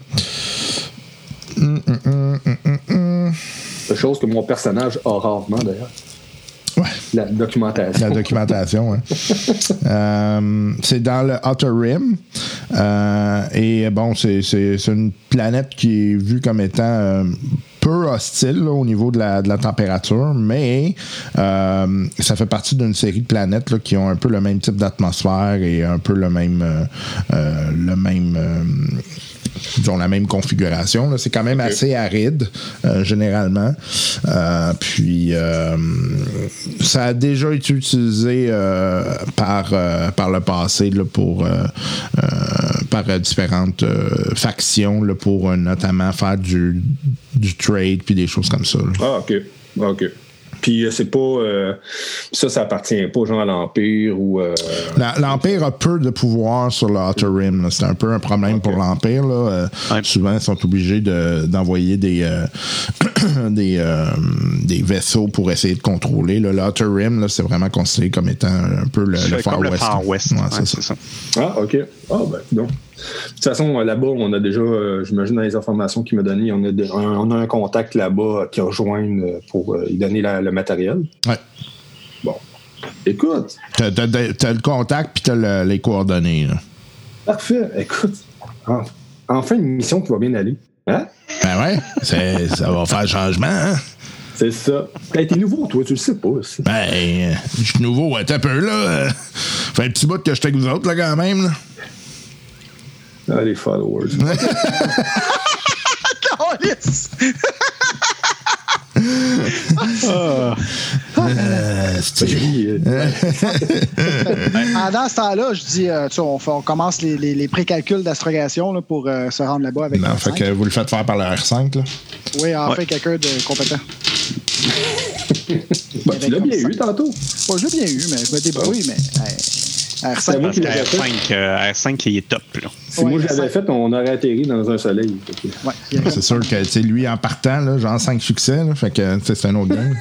Speaker 6: Hum, hum, hum, hum, hum, hum.
Speaker 7: Chose que mon personnage a rarement, d'ailleurs.
Speaker 6: Ouais.
Speaker 7: La documentation.
Speaker 6: La documentation, hein. Euh, c'est dans le Outer Rim. Euh, et bon, c'est- c'est c'est une planète qui est vue comme étant euh, peu hostile là, au niveau de la, de la température, mais euh, ça fait partie d'une série de planètes là, qui ont un peu le même type d'atmosphère et un peu le même. euh, euh, le même euh, disons, la même configuration. là. C'est quand même assez aride, euh, généralement. Euh, puis, euh, ça a déjà été utilisé euh, par, euh, par le passé là, pour, euh, euh, par euh, différentes euh, factions là, pour euh, notamment faire du, du trade puis des choses comme ça. là.
Speaker 7: Ah, OK. OK. Puis euh, c'est pas. euh, ça, ça appartient pas, genre, à l'Empire ou. euh,
Speaker 6: La- L'Empire a peu de pouvoir sur le Outer Rim. là. C'est un peu un problème pour l'Empire. là. Euh,
Speaker 4: Ouais.
Speaker 6: Souvent, ils sont obligés de- d'envoyer des, euh, des, euh, des vaisseaux pour essayer de contrôler. là. Le Outer Rim, là, c'est vraiment considéré comme étant un peu le, le
Speaker 4: C'est
Speaker 6: Far
Speaker 4: comme le
Speaker 6: West.
Speaker 4: Far West.
Speaker 6: Ouais,
Speaker 4: ouais,
Speaker 6: c'est ça.
Speaker 4: c'est ça.
Speaker 7: Ah, OK. Ah, ben, non. De toute façon, euh, là-bas, on a déjà, euh, j'imagine, dans les informations qu'il m'a données, on, a de- un- on a un contact là-bas euh, qui rejoint euh, pour euh, lui donner la- le matériel.
Speaker 6: Ouais.
Speaker 7: Bon. Écoute,
Speaker 6: T'as- T'as t'as le contact puis t'as le- les coordonnées. là.
Speaker 7: parfait. Écoute, Ah. en- enfin une mission qui va bien aller. Hein?
Speaker 6: Ben ouais, c'est- ça va faire changement. Hein?
Speaker 7: C'est ça. Hey, T'es nouveau, toi, tu le sais pas. ça.
Speaker 6: Ben, euh, je suis nouveau, attends un peu là. euh, Fait un petit bout que j'étais avec vous autres là, quand même. là.
Speaker 7: Ah, les followers.
Speaker 5: Calice!
Speaker 6: Euh, c'est-
Speaker 7: Oui, euh,
Speaker 5: Pendant ce temps-là, je dis, euh, tu sais, on, fait- on commence les, les, les précalculs d'astrogation là, pour euh, se rendre là-bas avec.
Speaker 6: Non,
Speaker 5: un
Speaker 6: fait
Speaker 5: cinq.
Speaker 6: que vous le faites faire par le R5, là.
Speaker 5: Oui, enfin
Speaker 4: Ouais.
Speaker 5: quelqu'un de compétent.
Speaker 7: ben, tu l'as bien eu tantôt.
Speaker 5: Bon, je l'ai bien eu, mais je me débrouille, mais. euh,
Speaker 7: C'est
Speaker 5: R5,
Speaker 7: moi
Speaker 4: Parce
Speaker 7: qui
Speaker 4: que
Speaker 7: l'avais fait.
Speaker 4: R5, euh, R5 qui est top. Là.
Speaker 7: Si moi je l'avais fait, on aurait atterri dans un soleil. Fait que-
Speaker 5: ouais, il y a-
Speaker 6: C'est sûr que, tu sais, lui, en partant, là, genre 5 succès, là, fait que, tu sais, c'est un autre game.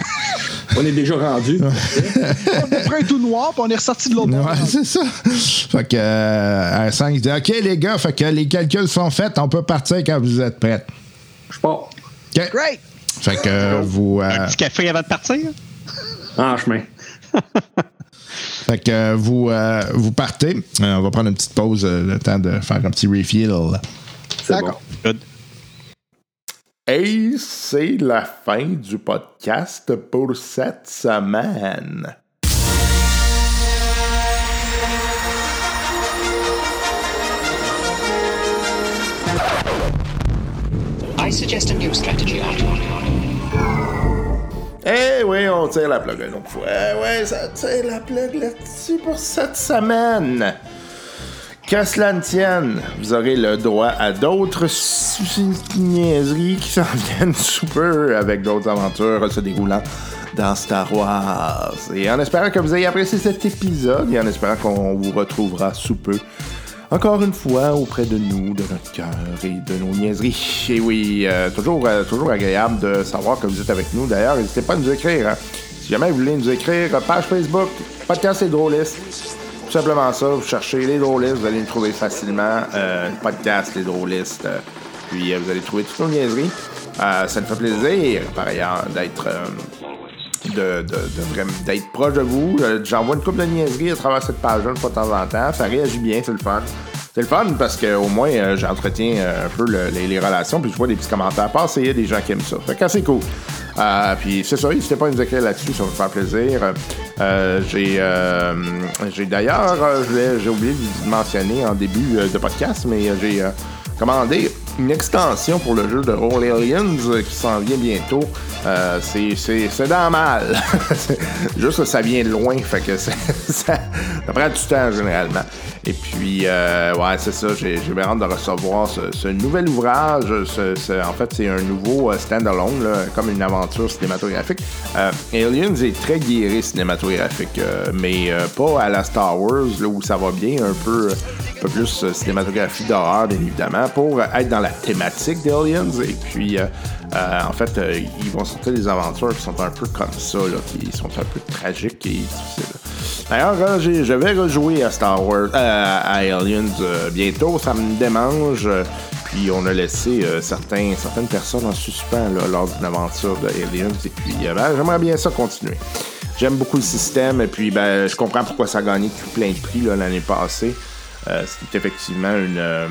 Speaker 7: On est déjà rendu.
Speaker 5: on a pris un tout noir, puis on est ressorti de l'autre bord.
Speaker 6: Ouais, c'est ça. Fait que, euh, R5 dit, OK, les gars, fait que les calculs sont faits, on peut partir quand vous êtes prêts.
Speaker 7: Je pars.
Speaker 6: OK?
Speaker 5: Great!
Speaker 6: Fait que, euh, vous, euh,
Speaker 4: Un petit café avant de partir.
Speaker 7: En chemin.
Speaker 6: fait que, euh, vous, euh, vous partez. Euh, on va prendre une petite pause, euh, le temps de faire un petit refill.
Speaker 7: C'est bon.
Speaker 5: D'accord.
Speaker 6: Euh,
Speaker 4: Good.
Speaker 2: Et c'est la fin du podcast pour cette semaine.
Speaker 8: I suggest a new strategy, Otto.
Speaker 2: Eh oui, on tire la plug une autre fois. Eh ouais, ça tire la plug là-dessus pour cette semaine. Que cela ne tienne, vous aurez le droit à d'autres su- niaiseries qui s'en viennent sous peu avec d'autres aventures se déroulant dans Star Wars. Et en espérant que vous ayez apprécié cet épisode et en espérant qu'on vous retrouvera sous peu encore une fois auprès de nous, de notre cœur et de nos niaiseries. Et oui, euh, toujours, euh, toujours agréable de savoir que vous êtes avec nous. D'ailleurs, n'hésitez pas à nous écrire. hein. Si jamais vous voulez nous écrire, page Facebook, podcast et drôliste. Tout simplement ça, vous cherchez les drôlistes, vous allez nous trouver facilement. Euh, le podcast, les drôlistes. euh, puis euh, vous allez trouver toutes nos niaiseries. Euh, ça nous fait plaisir, par ailleurs, d'être. euh, de, de, de vraiment d'être proche de vous. Euh, J'envoie une couple de niaiseries à travers cette page-là une fois de temps en temps. Ça réagit bien, c'est le fun. C'est le fun parce que au moins euh, j'entretiens euh, un peu le- les, les relations, puis je vois des petits commentaires passer, il y a des gens qui aiment ça. Fait que c'est cool. Euh, puis c'est ça, n'hésitez pas à nous écrire là-dessus, ça va nous faire plaisir. Euh, j'ai euh, j'ai d'ailleurs, euh, je l'ai- j'ai oublié de vous mentionner en début euh, de podcast, mais euh, j'ai euh, commandé une extension pour le jeu de Roll Aliens euh, qui s'en vient bientôt. Euh, c'est- c'est c'est dans mal. C'est- Juste que ça vient de loin, fait que c'est- ça, ça prend du temps généralement. Et puis, euh, ouais, c'est ça, j'ai j'ai bien hâte de recevoir ce, ce nouvel ouvrage. Ce- ce- en fait, c'est un nouveau euh, standalone, là, comme une aventure cinématographique. Euh, Aliens est très guéri cinématographique, euh, mais euh, pas à la Star Wars, là, où ça va bien, un peu, un peu plus euh, cinématographie d'horreur, bien évidemment, pour euh, être dans la thématique d'Aliens. Et puis, euh, euh, en fait, euh, ils vont sortir des aventures qui sont un peu comme ça, là, qui sont un peu tragiques et difficiles. D'ailleurs, euh, j'ai- je vais rejouer à Star Wars, euh, à Aliens euh, bientôt, ça me démange. euh, puis on a laissé euh, certains, certaines personnes en suspens là, lors d'une aventure de Aliens. Et puis, euh, ben, j'aimerais bien ça continuer. J'aime beaucoup le système et puis ben, je comprends pourquoi ça a gagné tout plein de prix là, l'année passée. Euh, c'est effectivement une, euh,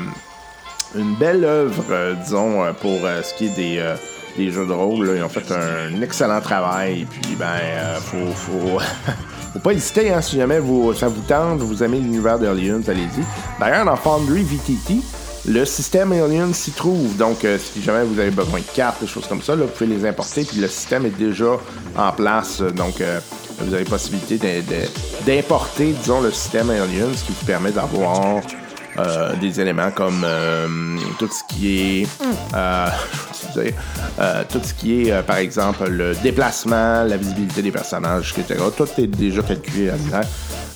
Speaker 2: une belle œuvre, euh, disons, euh, pour euh, ce qui est des, euh, des jeux de rôle. là. Ils ont fait un excellent travail. Et puis, ben, euh, faut, faut, faut pas hésiter, hein, si jamais vous, ça vous tente, vous aimez l'univers d'Aliens, allez-y. D'ailleurs, dans Foundry VTT, le système Alien s'y trouve. Donc, euh, si jamais vous avez besoin de cartes, des choses comme ça, là, vous pouvez les importer. Puis le système est déjà en place. Euh, Donc, euh, vous avez possibilité d'im- de- d'importer, disons, le système Alien, ce qui vous permet d'avoir euh, des éléments comme euh, tout ce qui est, euh, je veux dire, euh, tout ce qui est, euh, par exemple, le déplacement, la visibilité des personnages, etc. Tout est déjà calculé là-dedans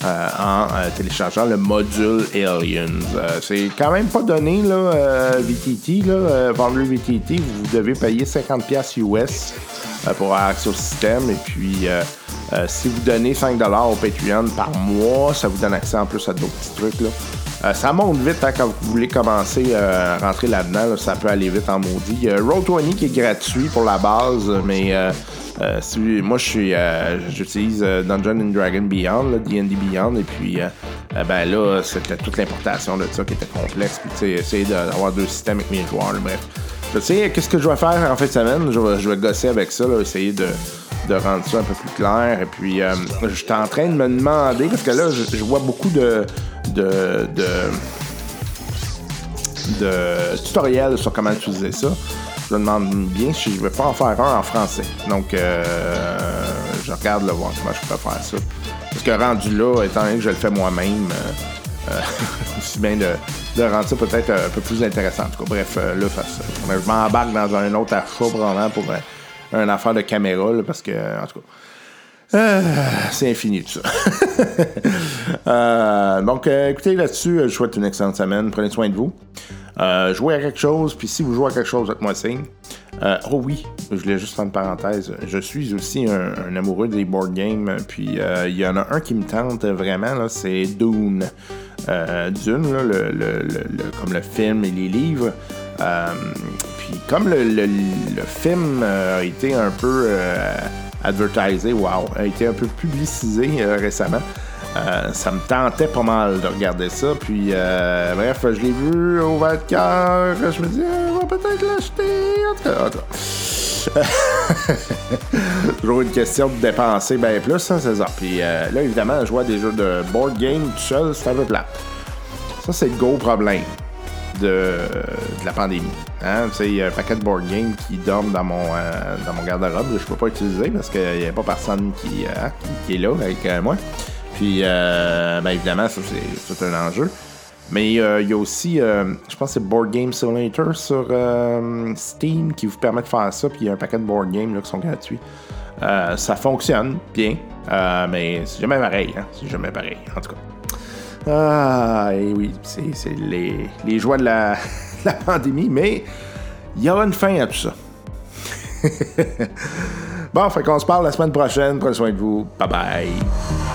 Speaker 2: euh, en euh, téléchargeant le module Aliens. Euh, c'est quand même pas donné, là, euh, VTT, là, euh, vendre le VTT, vous devez payer 50$ US euh, pour avoir accès au système. Et puis, euh, euh, si vous donnez 5$ au Patreon par mois, ça vous donne accès en plus à d'autres petits trucs, là. Euh, ça monte vite hein, quand vous voulez commencer euh, à rentrer là-dedans. là, ça peut aller vite en maudit. Il y a Roll20 qui est gratuit pour la base, mais euh, euh, si- moi je suis, euh, j'utilise euh, Dungeon and Dragon Beyond, là, D&D Beyond, et puis euh, euh, ben là c'était toute l'importation de ça qui était complexe. Puis tu sais, essayer de- d'avoir deux systèmes avec mes joueurs, là, bref. Je sais qu'est-ce que je vais faire en fin de semaine. Je vais, je vais gosser avec ça, là, essayer de, de rendre ça un peu plus clair. Et puis, euh, j'étais en train de me demander, parce que là, je, je vois beaucoup de, de, de, de tutoriels sur comment utiliser ça. Je me demande bien si je vais pas en faire un en français. Donc, euh, je regarde le voir comment je peux faire ça. Parce que rendu là, étant donné que je le fais moi-même, euh, euh, c'est bien de, de rendre ça peut-être un peu plus intéressant. En tout cas, bref, euh, là, ça- ça- je m'embarque dans un autre achat probablement pour un, un affaire de caméra, là, parce que, en tout cas, euh, c'est infini tout ça. Euh, donc, euh, écoutez, là-dessus, euh, je souhaite une excellente semaine. Prenez soin de vous. Euh, jouez à quelque chose, puis si vous jouez à quelque chose, faites-moi signe. Euh, oh oui, je voulais juste faire une parenthèse. Je suis aussi un, un amoureux des board games, puis euh, il y en a un qui me tente vraiment, là, c'est Dune. Euh, Dune, là, le- le- le- le- comme le film et les livres. Euh, puis comme le, le- le film euh, a été un peu euh, advertisé, wow, a été un peu publicisé euh, récemment, euh, ça me tentait pas mal de regarder ça. Puis euh, bref, je l'ai vu au Valcoeur, je me dis, euh, on va peut-être l'acheter. En tout cas, en tout cas. Toujours une question de dépenser bien plus, hein, c'est ça. Puis euh, là, évidemment, jouer à des jeux de board game tout seul, c'est un peu plat. Ça, c'est le gros problème de, de la pandémie. Hein? C'est un paquet de board games qui dorment dans mon, euh, dans mon garde-robe. Je peux pas utiliser parce qu'il n'y a pas personne qui, euh, qui- qui est là avec euh, moi. Puis, euh, ben, évidemment, ça, c'est tout un enjeu. Mais euh, il y a aussi, euh, je pense que c'est Board Game Simulator sur euh, Steam qui vous permet de faire ça. Puis il y a un paquet de board games là, qui sont gratuits. Euh, ça fonctionne bien, euh, mais c'est jamais pareil. Hein? C'est jamais pareil, en tout cas. Ah, et oui, c'est c'est les, les joies de la, de la pandémie, mais il y aura une fin à tout ça. bon, fait qu'on se parle la semaine prochaine. Prenez soin de vous. Bye bye.